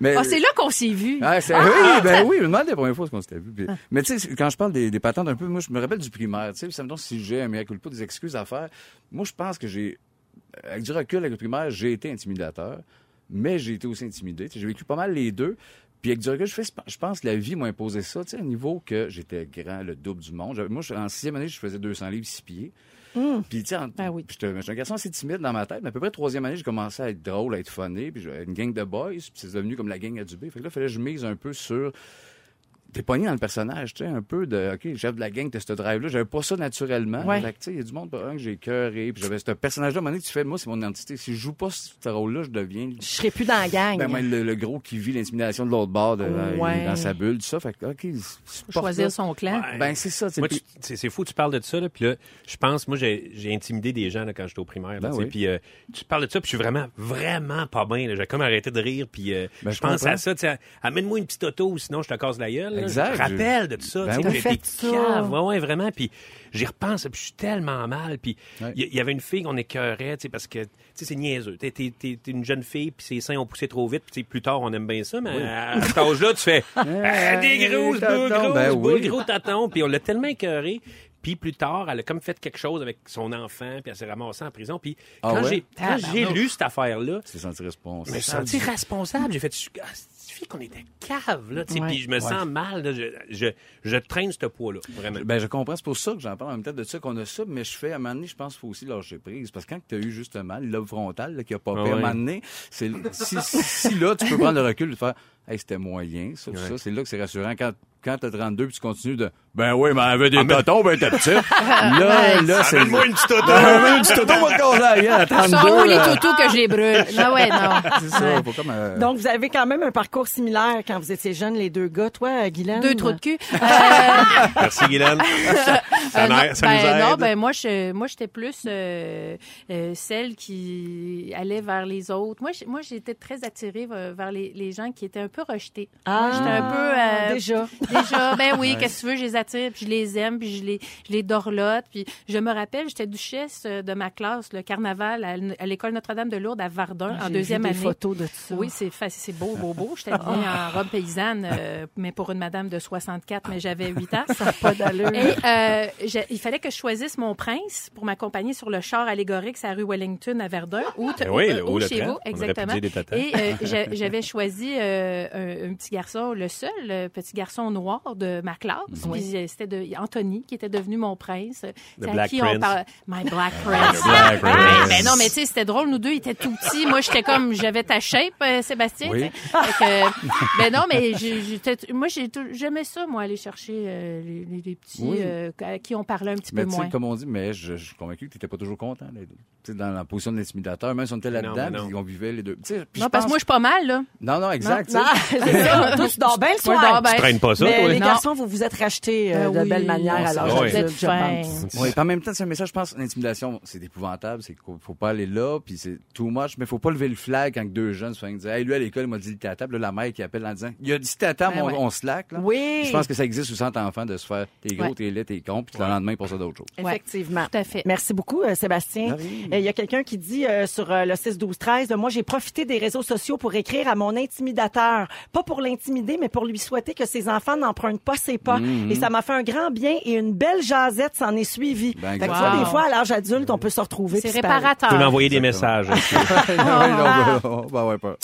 [SPEAKER 3] Mais-
[SPEAKER 5] Ah, c'est là qu'on s'est vu.
[SPEAKER 3] Ah, c'est- oui, ben oui, je me demande la première fois qu'on s'était vu. Puis- Mais tu sais, quand je parle des, des patentes un peu, moi, je me rappelle du primaire, tu sais, ça me donne si j'ai un miracle pas des excuses à faire. Moi, je pense que j'ai, avec du recul, avec le primaire, j'ai été intimidateur, mais j'ai été aussi intimidé. Tu sais, J'ai vécu pas mal les deux. Puis avec du recul, je, fais, je pense que la vie m'a imposé ça, tu sais, à un niveau que j'étais grand, le double du monde. J'avais- Moi, je- en sixième année, je faisais 200 livres, six pieds. Puis, tu sais, en-
[SPEAKER 2] Ben oui.
[SPEAKER 3] puis j'étais j'étais un garçon assez timide dans ma tête, mais à peu près troisième année, j'ai commencé à être drôle, à être funny, puis j'avais une gang de boys, puis c'est devenu comme la gang à Dubé. Fait que là, fallait que je mise un peu sur... T'es pogné dans le personnage, tu sais, un peu de... OK, le chef de la gang, t'as ce drive-là. J'avais pas ça naturellement.
[SPEAKER 2] Ouais.
[SPEAKER 3] Fait que, tu sais, il y a du monde, par exemple, que j'ai cœuré, puis j'avais ce personnage-là. À un moment donné, tu fais, moi, c'est mon identité. Si je joue pas ce rôle-là, je deviens...
[SPEAKER 2] Je serais plus dans la gang.
[SPEAKER 3] Ben, même le, le gros qui vit l'intimidation de l'autre bord, de-
[SPEAKER 2] Ouais.
[SPEAKER 3] dans sa bulle, tout ça. Fait que, OK,
[SPEAKER 5] Faut choisir son clan.
[SPEAKER 3] Ben, c'est ça. tu sais,
[SPEAKER 4] Moi,
[SPEAKER 3] puis-
[SPEAKER 4] tu- c'est c'est fou, tu parles de ça, là, puis là, je pense, moi, j'ai j'ai intimidé des gens là, quand j'étais au primaire, là,
[SPEAKER 3] Ben
[SPEAKER 4] tu sais,
[SPEAKER 3] oui.
[SPEAKER 4] puis euh, tu parles de ça, puis je suis vraiment, vraiment pas bien, là. j'ai comme arrêté de rire, puis euh,
[SPEAKER 3] Ben,
[SPEAKER 4] je
[SPEAKER 3] je
[SPEAKER 4] pense
[SPEAKER 3] comprends.
[SPEAKER 4] à ça, tu sais, amène-moi une petite auto, ou sinon je te casse la gueule, là.
[SPEAKER 3] Exact.
[SPEAKER 4] je me rappelle de tout ça,
[SPEAKER 3] Ben
[SPEAKER 4] tu sais,
[SPEAKER 3] oui.
[SPEAKER 4] j'étais
[SPEAKER 2] Faites ça.
[SPEAKER 4] cave, ouais, ouais, vraiment, puis j'y repense, puis je suis tellement mal, puis il
[SPEAKER 3] Ouais.
[SPEAKER 4] y, il y avait une fille qu'on écœurait, tu sais, parce que, tu sais, c'est niaiseux, t'es t'es- t'es- t'es une jeune fille, puis ses seins ont poussé trop vite, puis tu sais, plus tard, on aime bien ça, mais à, à cet âge-là, tu
[SPEAKER 3] [laughs]
[SPEAKER 4] fais, Ah, des grosses, beaux,
[SPEAKER 3] tonton, ben
[SPEAKER 4] grosses, beaux,
[SPEAKER 3] oui.
[SPEAKER 4] gros gros taton, puis on l'a tellement écœuré. Puis plus tard, elle a comme fait quelque chose avec son enfant, puis elle s'est ramassée en prison. Puis
[SPEAKER 3] Ah
[SPEAKER 4] quand
[SPEAKER 3] ouais?
[SPEAKER 4] j'ai quand j'ai lu cette affaire-là,
[SPEAKER 3] Tu t'es senti
[SPEAKER 4] je
[SPEAKER 3] responsable.
[SPEAKER 4] me suis senti responsable. J'ai fait, Je- ah, c'est fille qu'on était cave, là, tu sais,
[SPEAKER 2] Ouais.
[SPEAKER 4] puis je me sens mal, là, je, je, je traîne ce poids-là, vraiment.
[SPEAKER 3] Ben, je comprends. C'est pour ça que j'en parle en même temps de ça qu'on a ça, mais je fais, à un moment donné, je pense qu'il faut aussi lâcher prise. Parce que quand tu as eu justement le lobe frontal là, qui a pas
[SPEAKER 4] Ah
[SPEAKER 3] à un
[SPEAKER 4] ouais.
[SPEAKER 3] moment donné, c'est, si, si- si là, tu peux prendre le recul et faire, hey, c'était moyen, ça, tout ça, c'est là que c'est rassurant. Quand, quand t'as 32 puis tu continues de, ben oui, mais elle avait
[SPEAKER 4] Ah,
[SPEAKER 3] des tontons, ben t'es
[SPEAKER 4] [laughs]
[SPEAKER 3] petit. là, là, c'est.
[SPEAKER 4] Amène-moi une petite auto.
[SPEAKER 3] Amène-moi une [laughs] petite auto, on va te causer à la gueule à
[SPEAKER 5] Ils sont où
[SPEAKER 3] 32.
[SPEAKER 5] Ah, les
[SPEAKER 3] là.
[SPEAKER 5] toutous que je les brûle? Non, ouais, non.
[SPEAKER 3] [laughs] C'est ça, faut comme. euh,
[SPEAKER 2] Donc, vous avez quand même un parcours similaire quand vous étiez jeunes, les deux gars. Toi, Guylaine?
[SPEAKER 5] Deux trous de cul. Euh,
[SPEAKER 4] [laughs] Merci, Guylaine. Ça,
[SPEAKER 5] Euh, non,
[SPEAKER 4] m'a- ça
[SPEAKER 5] ben,
[SPEAKER 4] nous aide.
[SPEAKER 5] non, ben moi, je, moi, j'étais plus euh, euh, celle qui allait vers les autres. Moi, j'- moi, j'étais très attirée euh, vers les, les gens qui étaient un peu rejetés.
[SPEAKER 2] Ah,
[SPEAKER 5] J'étais un peu, euh,
[SPEAKER 2] Déjà.
[SPEAKER 4] [laughs]
[SPEAKER 5] Déjà, ben oui, qu'est-ce que tu veux, je les attire, puis je les aime, puis je les, je les dorlote. Puis je me rappelle, j'étais duchesse euh, de ma classe, le carnaval à, l- à l'école Notre-Dame de Lourdes à Verdun
[SPEAKER 4] Ah,
[SPEAKER 5] en
[SPEAKER 2] J'ai
[SPEAKER 5] deuxième
[SPEAKER 2] vu des
[SPEAKER 5] année.
[SPEAKER 2] photos de ça. Ah.
[SPEAKER 5] Oui, c'est fa- c'est beau, beau, beau. J'étais habillée en robe paysanne, euh, mais pour une madame de 64, mais j'avais 8 ans.
[SPEAKER 2] Ça n'a pas d'allure.
[SPEAKER 5] Et euh, j'ai- il fallait que je choisisse mon prince pour m'accompagner sur le char allégorique, c'est la rue Wellington à Verdun, ou, t-
[SPEAKER 4] Ben oui,
[SPEAKER 5] ou-
[SPEAKER 4] le-
[SPEAKER 5] ou
[SPEAKER 4] ou le
[SPEAKER 5] chez
[SPEAKER 4] train.
[SPEAKER 5] vous,
[SPEAKER 4] On aurait pu
[SPEAKER 5] exactement.
[SPEAKER 4] dire des tatas.
[SPEAKER 5] Et euh, j'a- j'avais choisi euh, un, un petit garçon, le seul euh, petit garçon noir de ma classe.
[SPEAKER 3] Mhm.
[SPEAKER 5] Puis, euh, C'était de Anthony qui était devenu mon prince. C'est à
[SPEAKER 4] Black
[SPEAKER 5] qui
[SPEAKER 4] Prince.
[SPEAKER 5] on parle. My Black Prince.
[SPEAKER 4] Black
[SPEAKER 5] Ah,
[SPEAKER 4] Prince.
[SPEAKER 5] ben non, mais tu sais, c'était drôle. Nous deux, ils étaient tout petits. Moi, j'étais comme, j'avais ta shape, euh, Sébastien.
[SPEAKER 3] Oui.
[SPEAKER 5] tu sais. Fait que, ben non, mais j'ai- j'étais- moi, j'ai tout- j'aimais ça, moi, aller chercher euh, les, les- les petits
[SPEAKER 3] Oui.
[SPEAKER 5] euh, à qui on parlait un petit
[SPEAKER 3] Mais
[SPEAKER 5] peu
[SPEAKER 3] tu sais,
[SPEAKER 5] moins.
[SPEAKER 3] comme on dit, mais je, je suis convaincu que tu n'étais pas toujours content. là. Tu sais, dans la position de l'intimidateur, même si on était
[SPEAKER 4] Non, mais non.
[SPEAKER 3] là-dedans, puis on vivait les deux. Tu sais, puis
[SPEAKER 5] Non,
[SPEAKER 3] je
[SPEAKER 5] parce que
[SPEAKER 3] pense-
[SPEAKER 5] moi, je suis pas mal, là.
[SPEAKER 3] Non, non, exact. tu
[SPEAKER 2] Non,
[SPEAKER 3] sais.
[SPEAKER 2] [laughs] c'est ça. Toi, tu dors bien le
[SPEAKER 5] Moi,
[SPEAKER 2] soir.
[SPEAKER 5] je dors bien.
[SPEAKER 4] Traîne pas ça,
[SPEAKER 2] Mais
[SPEAKER 4] toi.
[SPEAKER 2] les
[SPEAKER 5] Non.
[SPEAKER 2] garçons, vous vous êtes rachetés euh,
[SPEAKER 5] Ben
[SPEAKER 2] de belle
[SPEAKER 5] oui,
[SPEAKER 2] manière
[SPEAKER 5] on
[SPEAKER 2] à
[SPEAKER 5] s'est
[SPEAKER 2] l'âge
[SPEAKER 4] rachetés
[SPEAKER 2] adulte,
[SPEAKER 5] de
[SPEAKER 2] je
[SPEAKER 5] fin.
[SPEAKER 2] pense.
[SPEAKER 3] Oui, puis en même temps, c'est un message, je pense, l'intimidation, c'est épouvantable, c'est qu'il faut pas aller là, puis c'est too much, mais faut pas lever le flag quand deux jeunes se font dire, hey, lui à l'école, il m'a dit le tata, Puis là, la mère qui appelle en disant, il a dit tata, mais
[SPEAKER 5] Ben
[SPEAKER 3] on,
[SPEAKER 5] ouais.
[SPEAKER 3] on slack, là.
[SPEAKER 2] Oui.
[SPEAKER 3] Je pense que ça existe sous 100 enfants de se faire, t'es gros,
[SPEAKER 5] Ouais.
[SPEAKER 3] t'es laid, t'es con, puis le lendemain, pour ça d'autres choses.
[SPEAKER 5] Ouais.
[SPEAKER 2] Effectivement.
[SPEAKER 5] Tout à fait.
[SPEAKER 2] Merci beaucoup, euh, Sébastien. Euh,
[SPEAKER 3] De rien.
[SPEAKER 2] Il y a quelqu'un qui dit euh, sur euh, le 6-12-13, euh, moi j'ai profité des réseaux sociaux pour écrire à mon intimidateur. Pas pour l'intimider, mais pour lui souhaiter que ses enfants n'empruntent pas ses pas. Et ça m'a fait un grand bien et une belle jasette s'en est suivie.
[SPEAKER 3] Ben,
[SPEAKER 2] Fait que
[SPEAKER 3] exact.
[SPEAKER 2] tu vois, des
[SPEAKER 5] Wow.
[SPEAKER 2] fois, à l'âge adulte, on peut se retrouver.
[SPEAKER 5] C'est
[SPEAKER 2] puis se parler.
[SPEAKER 5] réparateur.
[SPEAKER 4] Tu peux m'envoyer des messages.
[SPEAKER 3] Ouais, non, ben, ben ouais, pas.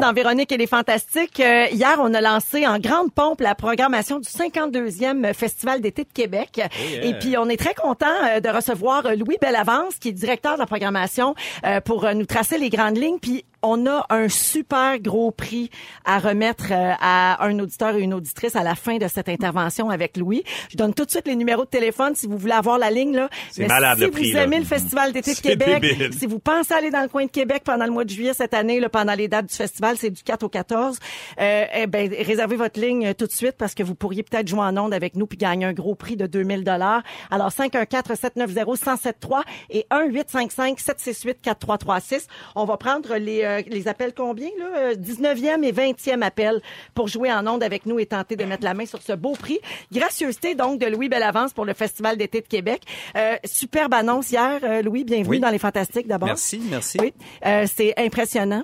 [SPEAKER 2] Dans Véronique et les Fantastiques, euh, hier, on a lancé en grande pompe la programmation du 52e Festival d'été de Québec.
[SPEAKER 4] Oh, yeah.
[SPEAKER 2] Et puis, on est très content euh, de recevoir euh, Louis Bellavance, qui est directeur de la programmation, euh, pour euh, nous tracer les grandes lignes. Puis, on a un super gros prix à remettre euh, à un auditeur et une auditrice à la fin de cette intervention avec Louis. Je donne tout de suite les numéros de téléphone si vous voulez avoir la ligne. là.
[SPEAKER 4] C'est
[SPEAKER 2] Mais
[SPEAKER 4] malade,
[SPEAKER 2] si
[SPEAKER 4] le prix,
[SPEAKER 2] vous
[SPEAKER 4] là.
[SPEAKER 2] aimez le Festival d'été de
[SPEAKER 4] C'est
[SPEAKER 2] Québec,
[SPEAKER 4] débile.
[SPEAKER 2] si vous pensez aller dans le coin de Québec pendant le mois de juillet cette année, là, pendant les dates du festival, c'est du 4 au 14, euh, eh ben, réservez votre ligne euh, tout de suite parce que vous pourriez peut-être jouer en onde avec nous puis gagner un gros prix de 2000 dollars. Alors 514 790 1073 et 1 855 768 4336. On va prendre les, euh, les appels combien là Euh, 19e et 20e appel pour jouer en onde avec nous et tenter de mettre la main sur ce beau prix. Gracieuseté donc de Louis Bellavance pour le festival d'été de Québec. Euh, superbe annonce hier euh, Louis, bienvenue
[SPEAKER 10] Oui.
[SPEAKER 2] dans les fantastiques d'abord.
[SPEAKER 10] Merci, merci.
[SPEAKER 2] Oui, euh, c'est impressionnant.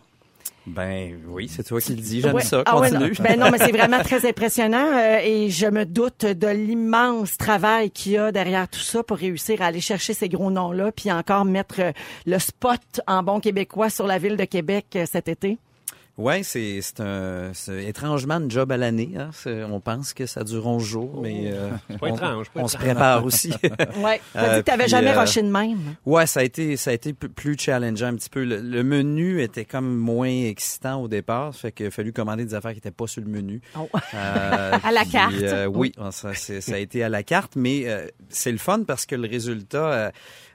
[SPEAKER 3] Ben oui, c'est toi qui le dis. J'aime
[SPEAKER 2] Ouais.
[SPEAKER 3] ça.
[SPEAKER 2] Ah ouais,
[SPEAKER 3] Continue.
[SPEAKER 2] non. Ben non, mais c'est
[SPEAKER 3] [laughs]
[SPEAKER 2] vraiment très impressionnant euh, et je me doute de l'immense travail qu'il y a derrière tout ça pour réussir à aller chercher ces gros noms-là puis encore mettre euh, le spot en bon québécois sur la ville de Québec euh, cet été.
[SPEAKER 3] Ouais, c'est c'est un c'est étrangement une job à l'année. Hein. C'est- On pense que ça dure 11 jours, mais euh,
[SPEAKER 4] pas
[SPEAKER 3] on,
[SPEAKER 4] étrange, pas
[SPEAKER 3] on se
[SPEAKER 4] étrange.
[SPEAKER 3] prépare aussi. [laughs]
[SPEAKER 2] Ouais. T'as dit
[SPEAKER 3] Euh,
[SPEAKER 2] que t'avais
[SPEAKER 3] puis,
[SPEAKER 2] jamais
[SPEAKER 3] euh,
[SPEAKER 2] rushé de même.
[SPEAKER 3] Ouais, ça a été ça a été p- plus challengeant un petit peu. Le, le menu était comme moins excitant au départ, fait qu'il a fallu commander des affaires qui n'étaient pas sur le menu.
[SPEAKER 2] Oh.
[SPEAKER 3] à
[SPEAKER 11] la carte.
[SPEAKER 3] oui, ça, c'est- ça a été à la carte, mais euh, c'est le fun parce que le résultat euh,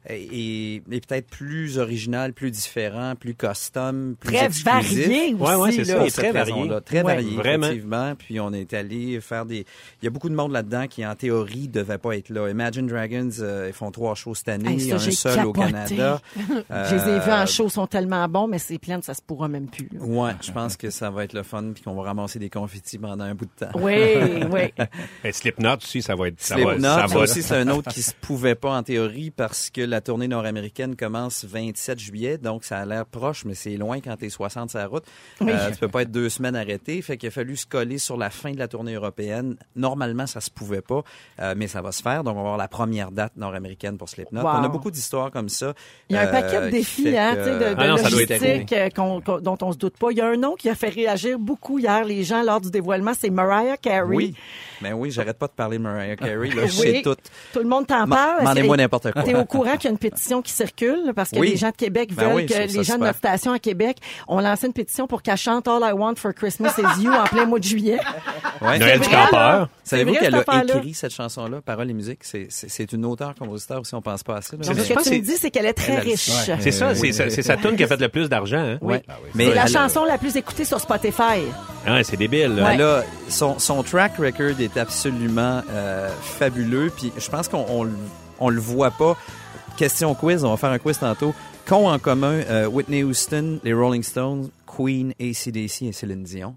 [SPEAKER 3] est, est peut-être plus original, plus différent, plus custom, plus
[SPEAKER 2] Très
[SPEAKER 3] exclusif.
[SPEAKER 2] varié aussi.
[SPEAKER 4] Ouais, ouais, c'est ça.
[SPEAKER 2] là.
[SPEAKER 4] Et très
[SPEAKER 3] cette
[SPEAKER 4] varié.
[SPEAKER 3] raison-là. Très
[SPEAKER 2] Ouais.
[SPEAKER 3] varié,
[SPEAKER 4] Vraiment.
[SPEAKER 3] effectivement. Puis on est allé faire des... Il y a beaucoup de monde là-dedans qui, en théorie, devait pas être là. Imagine Dragons, euh, ils font trois shows cette année,
[SPEAKER 2] Hey, ça,
[SPEAKER 3] un
[SPEAKER 2] j'ai
[SPEAKER 3] seul au
[SPEAKER 2] capoté.
[SPEAKER 3] Canada.
[SPEAKER 2] [laughs]
[SPEAKER 3] Euh,
[SPEAKER 2] Je les ai vus en show, sont tellement bons, mais ces plaintes, ça se pourra même plus. là.
[SPEAKER 3] Ouais, je pense que ça va être le fun puis qu'on va ramasser des confettis pendant un bout de temps.
[SPEAKER 2] Oui, oui.
[SPEAKER 4] Et Ben, Slipknot aussi, ça va être. Ça va,
[SPEAKER 3] Slipknot,
[SPEAKER 4] ça
[SPEAKER 3] ça,
[SPEAKER 4] va.
[SPEAKER 3] aussi, c'est un autre qui se pouvait pas en théorie parce que la tournée nord-américaine commence 27 juillet, donc ça a l'air proche, mais c'est loin quand t'es 60 sur la route. Euh, tu peux pas être deux semaines arrêté, fait qu'il a fallu se coller sur la fin de la tournée européenne. Normalement, ça se pouvait pas, euh, mais ça va se faire. Donc, on va avoir la première date nord-américaine pour Slipknot.
[SPEAKER 2] Wow.
[SPEAKER 3] On a beaucoup d'histoires comme ça.
[SPEAKER 2] Il y a un
[SPEAKER 3] euh,
[SPEAKER 2] paquet de
[SPEAKER 3] qui
[SPEAKER 2] défis
[SPEAKER 3] fait
[SPEAKER 2] hein,
[SPEAKER 3] que-
[SPEAKER 2] tu sais, de, de
[SPEAKER 4] Ah non, ça doit être
[SPEAKER 2] logistique euh, qu'on- qu'on- dont on se doute pas. Il y a un nom qui a fait réagir beaucoup hier les gens lors du dévoilement, c'est Mariah Carey.
[SPEAKER 3] Oui, mais oui, j'arrête pas de parler de Mariah Carey. Là, je
[SPEAKER 2] Oui.
[SPEAKER 3] sais
[SPEAKER 2] [laughs]
[SPEAKER 3] tout.
[SPEAKER 2] Tout le monde t'en
[SPEAKER 3] M'en-
[SPEAKER 2] parle.
[SPEAKER 3] M'en moi
[SPEAKER 2] C'est-
[SPEAKER 3] n'importe quoi.
[SPEAKER 2] T'es au
[SPEAKER 3] [laughs]
[SPEAKER 2] courant qu'il y a une pétition qui circule parce que
[SPEAKER 3] Oui.
[SPEAKER 2] les gens de Québec
[SPEAKER 3] Ben
[SPEAKER 2] veulent
[SPEAKER 3] oui, je
[SPEAKER 2] que
[SPEAKER 3] trouve ça
[SPEAKER 2] les gens de
[SPEAKER 3] super.
[SPEAKER 2] notre station à Québec ont lancé une pétition pour qu'elle chante All I Want for Christmas is You en plein mois de
[SPEAKER 3] [laughs]
[SPEAKER 2] juillet.
[SPEAKER 3] Ouais.
[SPEAKER 4] Noël du
[SPEAKER 2] C'est vrai,
[SPEAKER 4] campeur.
[SPEAKER 2] là.
[SPEAKER 3] Savez-vous
[SPEAKER 2] C'est vrai,
[SPEAKER 3] qu'elle
[SPEAKER 2] cette
[SPEAKER 3] a
[SPEAKER 2] affaire-là.
[SPEAKER 3] écrit cette chanson-là, Paroles et musique? C'est- C'est c'est une auteure-compositeur aussi, on pense pas à ça. là.
[SPEAKER 2] Donc,
[SPEAKER 3] Mais-
[SPEAKER 2] ce
[SPEAKER 4] je pense
[SPEAKER 2] que tu me
[SPEAKER 4] que c'est-
[SPEAKER 2] dis, c'est qu'elle est très
[SPEAKER 3] Elle a-
[SPEAKER 2] riche.
[SPEAKER 3] Ouais.
[SPEAKER 4] C'est ça,
[SPEAKER 3] Euh,
[SPEAKER 4] c'est
[SPEAKER 3] oui.
[SPEAKER 4] sa- c'est sa tune qui a fait le plus d'argent. Hein?
[SPEAKER 3] Oui.
[SPEAKER 2] C'est
[SPEAKER 3] Mais
[SPEAKER 2] la
[SPEAKER 3] elle a-
[SPEAKER 2] chanson la plus écoutée sur Spotify.
[SPEAKER 4] Ah, c'est débile. là.
[SPEAKER 3] elle a- son, son track record est absolument euh, fabuleux. Puis je pense qu'on on, le- on le voit pas. Question quiz, on va faire un quiz tantôt. Qu'ont en commun euh, Whitney Houston, les Rolling Stones, Queen, ACDC et Céline Dion?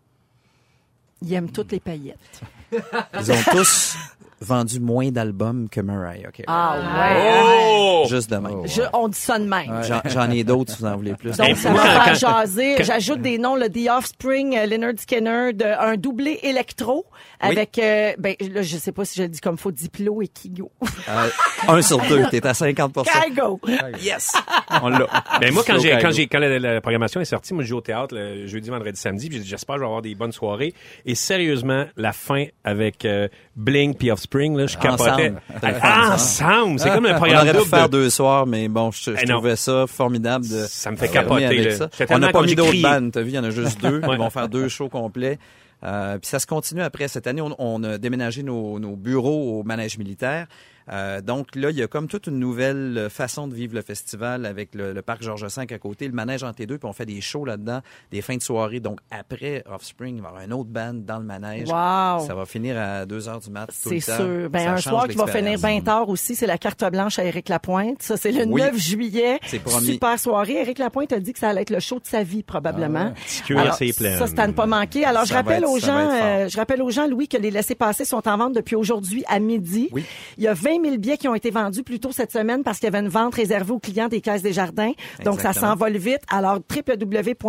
[SPEAKER 2] Ils aiment toutes les paillettes.
[SPEAKER 3] Ils ont tous vendu moins d'albums que Mariah Carey.
[SPEAKER 2] Ah ouais.
[SPEAKER 4] Oh!
[SPEAKER 3] Juste de même.
[SPEAKER 2] Je- on dit ça de même.
[SPEAKER 3] J'en j'en ai d'autres si vous en voulez plus.
[SPEAKER 4] Et
[SPEAKER 2] Donc, ça
[SPEAKER 4] moi,
[SPEAKER 2] va
[SPEAKER 4] quand-
[SPEAKER 2] faire
[SPEAKER 4] quand-
[SPEAKER 2] jaser.
[SPEAKER 4] quand-
[SPEAKER 2] J'ajoute des noms, le The Offspring, euh, Leonard Skinner, de, un doublé électro avec, euh, ben, là, je sais pas si je le dis comme faut, Diplo et Kigo.
[SPEAKER 3] Euh, un sur deux, t'es à 50
[SPEAKER 2] Kigo!
[SPEAKER 3] Yes! [laughs] On l'a.
[SPEAKER 4] Ben moi, quand, j'ai,
[SPEAKER 3] Slow
[SPEAKER 4] quand,
[SPEAKER 3] Kaigo.
[SPEAKER 4] j'ai, quand la, la programmation est sortie, moi, je joue au théâtre le jeudi, vendredi, samedi, puis j'ai dit, j'espère que je vais avoir des bonnes soirées. Et sérieusement, la fin avec euh, Bling puis Offspring, là, je capotais.
[SPEAKER 3] Ensemble.
[SPEAKER 4] Ah, Ensemble! C'est comme le
[SPEAKER 3] On
[SPEAKER 4] programme
[SPEAKER 3] aurait pu
[SPEAKER 4] double
[SPEAKER 3] faire
[SPEAKER 4] de-
[SPEAKER 3] deux soirs, mais bon, je, je
[SPEAKER 4] Eh non.
[SPEAKER 3] trouvais ça formidable de.
[SPEAKER 4] Ça me fait
[SPEAKER 3] de terminer
[SPEAKER 4] capoter,
[SPEAKER 3] avec
[SPEAKER 4] là.
[SPEAKER 3] ça.
[SPEAKER 4] J'étais
[SPEAKER 3] On
[SPEAKER 4] tellement
[SPEAKER 3] n'a pas
[SPEAKER 4] con, j'ai
[SPEAKER 3] mis d'autres
[SPEAKER 4] crié.
[SPEAKER 3] bandes, t'as vu, il y en a juste
[SPEAKER 4] [laughs]
[SPEAKER 3] deux. Ils vont faire deux shows complets. Euh, puis ça se continue après. Cette année, on, on a déménagé nos, nos bureaux au manège militaire. Euh, donc là, il y a comme toute une nouvelle euh, façon de vivre le festival avec le, le parc Georges V à côté, le manège en T2, puis on fait des shows là-dedans, des fins de soirée. Donc après Offspring, il va y avoir un autre band dans le manège.
[SPEAKER 2] Wow!
[SPEAKER 3] Ça va finir à 2 heures du mat. tout
[SPEAKER 2] C'est
[SPEAKER 3] le temps.
[SPEAKER 2] sûr. Ben,
[SPEAKER 3] Ça
[SPEAKER 2] un
[SPEAKER 3] change
[SPEAKER 2] soir qui va finir
[SPEAKER 3] l'expérience.
[SPEAKER 2] bien tard aussi, c'est la carte blanche à Éric Lapointe. Ça, c'est le
[SPEAKER 3] Oui.
[SPEAKER 2] 9 juillet.
[SPEAKER 3] C'est promis.
[SPEAKER 2] Super soirée. Éric Lapointe a dit que ça allait être le show de sa vie, probablement.
[SPEAKER 3] Ah,
[SPEAKER 4] cuir,
[SPEAKER 2] Alors,
[SPEAKER 4] c'est plein.
[SPEAKER 2] Ça, c'est à ne pas manquer. Alors, je
[SPEAKER 3] Ça va
[SPEAKER 2] rappelle
[SPEAKER 3] être-
[SPEAKER 2] aux
[SPEAKER 3] ça
[SPEAKER 2] gens,
[SPEAKER 3] va être fort.
[SPEAKER 2] euh, je rappelle aux gens, Louis, que les laissés-passer sont en vente depuis aujourd'hui à midi.
[SPEAKER 3] Oui.
[SPEAKER 2] Il y a 20 000 billets qui ont été vendus plus tôt cette semaine parce qu'il y avait une vente réservée aux clients des Caisses des Jardins. Donc, ça
[SPEAKER 3] Exactement.
[SPEAKER 2] s'envole vite. Alors,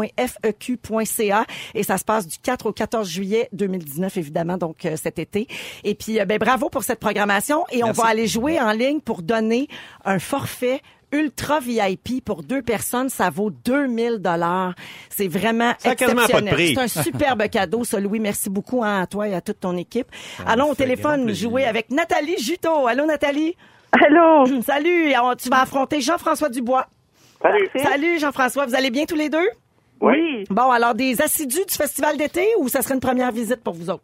[SPEAKER 2] E www.feq.ca et ça se passe du 4 au 14 juillet 2019, évidemment, donc euh, cet été. Et puis, euh, ben, bravo pour cette programmation et on
[SPEAKER 3] Merci.
[SPEAKER 2] va aller jouer en ligne pour donner un forfait ultra VIP pour deux personnes, ça vaut 2000 dollars. C'est vraiment
[SPEAKER 4] Ça a quasiment pas de
[SPEAKER 2] exceptionnel.
[SPEAKER 4] prix.
[SPEAKER 2] C'est un superbe cadeau, ça, Louis. Merci beaucoup hein, à toi et à toute ton équipe.
[SPEAKER 4] Ah,
[SPEAKER 2] Allons au
[SPEAKER 3] fait grand
[SPEAKER 2] téléphone
[SPEAKER 3] plaisir.
[SPEAKER 2] jouer avec Nathalie Juteau. Allô, Nathalie?
[SPEAKER 5] Allô?
[SPEAKER 2] Hum, [clears throat] Salut, Alors, tu vas affronter Jean-François Dubois.
[SPEAKER 5] Salut, Phil.
[SPEAKER 2] Salut, Jean-François. Vous allez bien tous les deux?
[SPEAKER 5] Oui.
[SPEAKER 2] Bon, alors, des assidus du festival d'été ou ça serait une première visite pour vous autres?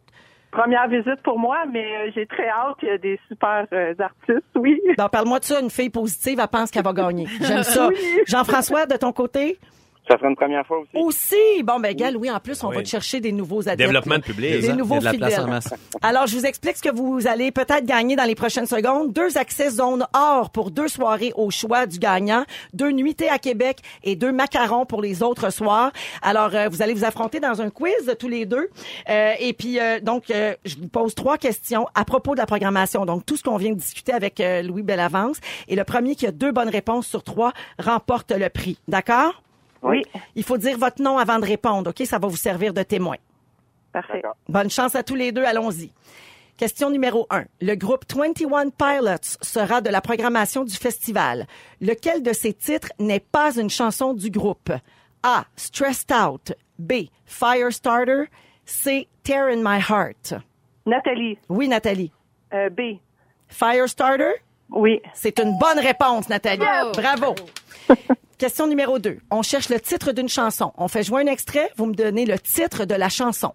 [SPEAKER 5] Première visite pour moi, mais euh, j'ai très hâte. Il y a des super euh, artistes, oui.
[SPEAKER 2] Donc, parle-moi de ça. Une fille positive, elle pense qu'elle va gagner. J'aime ça.
[SPEAKER 12] [laughs]
[SPEAKER 2] Jean-François, de ton côté?
[SPEAKER 12] Ça serait une première fois aussi.
[SPEAKER 2] Aussi. Bon, ben, gars, Louis, en plus, on
[SPEAKER 4] Oui.
[SPEAKER 2] va te chercher des nouveaux adeptes.
[SPEAKER 4] Développement de
[SPEAKER 3] Il y a
[SPEAKER 4] public.
[SPEAKER 3] de la-
[SPEAKER 2] nouveaux
[SPEAKER 3] il y a de la place
[SPEAKER 2] fidèles.
[SPEAKER 3] en masse.
[SPEAKER 2] Alors, je vous explique ce que vous allez peut-être gagner dans les prochaines secondes. Deux accès zone or pour deux soirées au choix du gagnant, deux nuitées à Québec et deux macarons pour les autres soirs. Alors, euh, vous allez vous affronter dans un quiz tous les deux. Euh, et puis, euh, donc, euh, je vous pose trois questions à propos de la programmation. Donc, tout ce qu'on vient de discuter avec euh, Louis Bellavance. Et le premier qui a deux bonnes réponses sur trois remporte le prix. D'accord?
[SPEAKER 13] Oui.
[SPEAKER 2] Il faut dire votre nom avant de répondre, OK? Ça va vous servir de témoin.
[SPEAKER 13] Parfait.
[SPEAKER 2] Bonne chance à tous les deux, allons-y. Question numéro 1. Le groupe 21 Pilots sera de la programmation du festival. Lequel de ces titres n'est pas une chanson du groupe? A. Stressed Out. B. Firestarter. C. Tear in My Heart.
[SPEAKER 13] Nathalie.
[SPEAKER 2] Oui, Nathalie.
[SPEAKER 13] Euh, B.
[SPEAKER 2] Firestarter?
[SPEAKER 13] Oui.
[SPEAKER 2] C'est une bonne réponse, Nathalie.
[SPEAKER 5] Bravo.
[SPEAKER 13] [laughs]
[SPEAKER 2] Bravo. Question numéro 2. On cherche le titre d'une chanson. On fait jouer un extrait. Vous me donnez le titre de la chanson.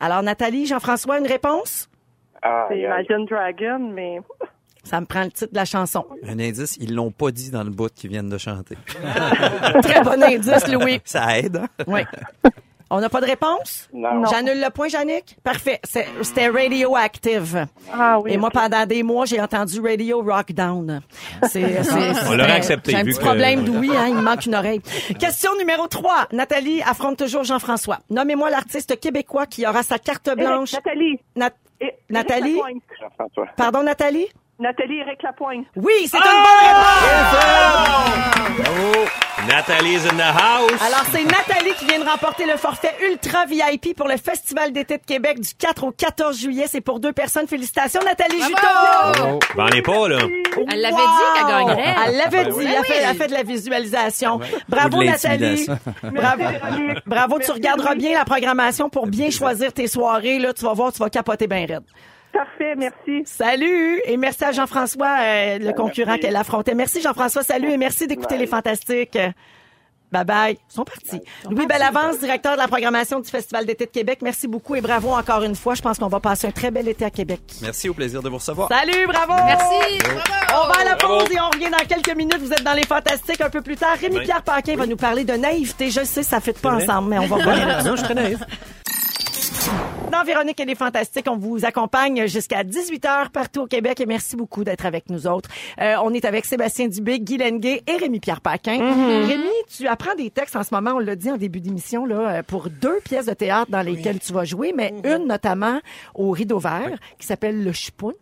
[SPEAKER 2] Alors, Nathalie, Jean-François, une réponse?
[SPEAKER 13] Ah, c'est Imagine Dragon, mais.
[SPEAKER 2] Ça me prend le titre de la chanson.
[SPEAKER 10] Un indice, ils l'ont pas dit dans le bout qu'ils viennent de chanter. [laughs]
[SPEAKER 2] Très bon indice, Louis.
[SPEAKER 10] Ça aide. hein?
[SPEAKER 2] Oui. On n'a pas de réponse?
[SPEAKER 13] Non.
[SPEAKER 2] J'annule le point, Yannick? Parfait. C'est- C'était Radioactive.
[SPEAKER 13] Ah oui.
[SPEAKER 2] Et moi, pendant des mois, j'ai entendu Radio Rock Down. C'est, c'est-
[SPEAKER 4] Ah. On l'aurait
[SPEAKER 2] c'est-
[SPEAKER 4] accepté,
[SPEAKER 2] J'ai un
[SPEAKER 4] vu
[SPEAKER 2] petit
[SPEAKER 4] que-
[SPEAKER 2] problème d'ouïe, hein, il me manque une oreille. Question numéro 3. Nathalie affronte toujours Jean-François. Nommez-moi l'artiste québécois qui aura sa carte blanche.
[SPEAKER 13] Nathalie.
[SPEAKER 2] Nat-
[SPEAKER 13] Éric
[SPEAKER 2] Nathalie?
[SPEAKER 13] Lapointe.
[SPEAKER 14] Jean-François.
[SPEAKER 2] Pardon, Nathalie?
[SPEAKER 13] Nathalie Eric Lapointe.
[SPEAKER 2] Oui, c'est
[SPEAKER 4] Ah!
[SPEAKER 2] une bonne réponse!
[SPEAKER 4] Bravo! Nathalie's in the house!
[SPEAKER 2] Alors, c'est Nathalie qui vient de remporter le forfait Ultra VIP pour le Festival d'été de Québec du 4 au 14 juillet. C'est pour deux personnes. Félicitations, Nathalie Juteau!
[SPEAKER 5] Bravo!
[SPEAKER 4] Ben, on est pas, là.
[SPEAKER 5] Elle l'avait dit qu'elle gagnerait.
[SPEAKER 2] Elle
[SPEAKER 10] Ah ben
[SPEAKER 2] l'avait dit. Elle a,
[SPEAKER 5] oui.
[SPEAKER 2] fait, elle a fait de la visualisation. Bravo,
[SPEAKER 10] Ou de
[SPEAKER 2] Nathalie.
[SPEAKER 10] l'intimidation. [laughs]
[SPEAKER 2] Bravo.
[SPEAKER 13] Véronique.
[SPEAKER 2] Bravo,
[SPEAKER 13] Merci,
[SPEAKER 2] tu regarderas
[SPEAKER 13] Louis.
[SPEAKER 2] bien la programmation pour bien choisir tes soirées. Là, tu vas voir, tu vas capoter bien raide.
[SPEAKER 13] Parfait, merci.
[SPEAKER 2] Salut! Et merci à Jean-François, euh, le concurrent qu'elle affrontait. Merci Jean-François, salut et merci d'écouter les fantastiques. Bye bye. Ils sont partis. Louis Bellavance, directeur de la programmation du Festival d'été de Québec. Merci beaucoup et bravo encore une fois. Je pense qu'on va passer un très bel été à Québec.
[SPEAKER 10] Merci, au plaisir de vous recevoir.
[SPEAKER 2] Salut, bravo!
[SPEAKER 5] Merci. Bravo.
[SPEAKER 2] On va à la pause et on revient dans quelques minutes. Vous êtes dans les fantastiques un peu plus tard. Rémi-Pierre Paquin va nous parler de naïveté. Je sais, ça fait pas
[SPEAKER 4] vrai?
[SPEAKER 2] ensemble, mais on
[SPEAKER 10] [laughs]
[SPEAKER 2] va revenir là-dessus.
[SPEAKER 4] Non, je suis très naïf.
[SPEAKER 2] Dans Véronique et les Fantastiques, on vous accompagne jusqu'à 18h partout au Québec et merci beaucoup d'être avec nous autres. Euh, on est avec Sébastien Dubé, Guy Lenguet et Rémi-Pierre Paquin.
[SPEAKER 4] Mm-hmm.
[SPEAKER 2] Rémi, tu apprends des textes en ce moment, on l'a dit en début d'émission, là, euh, pour deux pièces de théâtre dans lesquelles tu vas jouer, mais
[SPEAKER 4] Mm-hmm.
[SPEAKER 2] une notamment au Rideau Vert qui s'appelle Le Schpunz.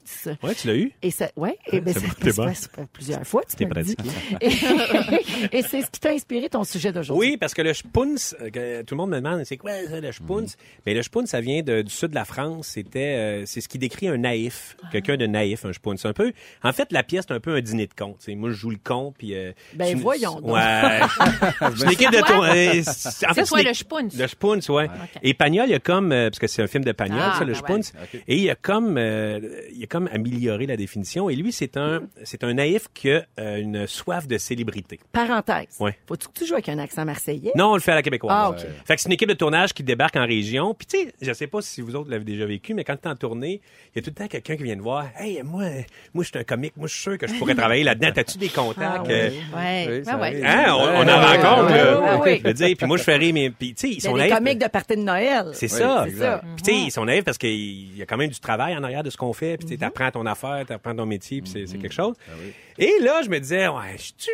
[SPEAKER 4] Ouais, tu l'as eu?
[SPEAKER 2] Et ça, ouais, et ben,
[SPEAKER 4] c'est
[SPEAKER 2] ça,
[SPEAKER 4] bon,
[SPEAKER 2] ça
[SPEAKER 4] t'es
[SPEAKER 2] se
[SPEAKER 4] bon.
[SPEAKER 2] passe plusieurs fois, tu
[SPEAKER 4] T'es
[SPEAKER 2] me le dis.
[SPEAKER 4] pratique.
[SPEAKER 2] Et, [laughs] et c'est ce qui t'a inspiré ton sujet d'aujourd'hui.
[SPEAKER 4] Oui, parce que le schpunz, euh, que tout le monde me demande, c'est quoi ça, le schpunz?
[SPEAKER 5] Mm.
[SPEAKER 4] Mais le schpunz, ça vient de- du sud de la France. C'était, euh, c'est ce qui décrit un naïf,
[SPEAKER 5] Ah.
[SPEAKER 4] quelqu'un de naïf, un schpunz. C'est un peu, en fait, la pièce, c'est un peu un dîner de con. tu sais. Moi, je joue le con, puis. euh,
[SPEAKER 2] Ben,
[SPEAKER 4] je suis-
[SPEAKER 2] voyons donc.
[SPEAKER 4] Ouais. [laughs] Je suis une équipe de Euh,
[SPEAKER 5] quoi?
[SPEAKER 4] tournée.
[SPEAKER 5] C'est quoi le schpunz?
[SPEAKER 4] Le schpunz, ouais. Et Pagnol, il y a comme, euh, parce que c'est un film de Pagnol,
[SPEAKER 5] Ah,
[SPEAKER 4] ça, le
[SPEAKER 5] ben
[SPEAKER 4] schpunz. Et il y a comme, euh, il y a comme amélioré la définition. Et lui, c'est un, c'est un naïf qui a euh, une soif de célébrité.
[SPEAKER 2] Parenthèse.
[SPEAKER 4] Ouais.
[SPEAKER 2] Faut-tu que tu joues avec un accent marseillais?
[SPEAKER 4] Non, on le fait à la québécoise.
[SPEAKER 2] Ah, OK.
[SPEAKER 4] Fait que c'est une équipe de tournage qui débarque en région. Puis tu sais, je sais pas si vous autres l'avez déjà vécu, mais quand t'es en tournée, il y a tout le temps quelqu'un qui vient te voir. Hey, moi, moi, je suis un comique. Moi, je suis sûr que je pourrais travailler
[SPEAKER 2] [laughs]
[SPEAKER 4] là-dedans. T'as-tu des
[SPEAKER 2] Ah
[SPEAKER 4] contacts? Euh,
[SPEAKER 5] Ouais.
[SPEAKER 3] Oui,
[SPEAKER 5] Ouais,
[SPEAKER 3] ça
[SPEAKER 5] ouais.
[SPEAKER 3] arrive.
[SPEAKER 4] Hein, on, on
[SPEAKER 3] Ouais,
[SPEAKER 4] en
[SPEAKER 3] ouais,
[SPEAKER 4] rencontre,
[SPEAKER 2] ouais,
[SPEAKER 4] là.
[SPEAKER 2] ouais, ouais.
[SPEAKER 4] Je veux dire, puis moi, je fais rire, mais puis tu sais, ils
[SPEAKER 2] Ah Il y a
[SPEAKER 4] sont
[SPEAKER 2] des
[SPEAKER 4] naïfs.
[SPEAKER 2] comiques de party de Noël.
[SPEAKER 4] C'est
[SPEAKER 3] Oui,
[SPEAKER 4] ça.
[SPEAKER 3] c'est ça.
[SPEAKER 4] Puis
[SPEAKER 2] Mhm.
[SPEAKER 4] tu sais, ils sont naïfs parce qu'il y a quand même du travail en arrière de ce qu'on fait. Puis tu sais, t'apprends ton affaire, t'apprends ton métier, puis c'est-
[SPEAKER 2] Mhm.
[SPEAKER 4] c'est quelque chose.
[SPEAKER 2] Ah
[SPEAKER 4] Et là, je me disais, ouais, je suis...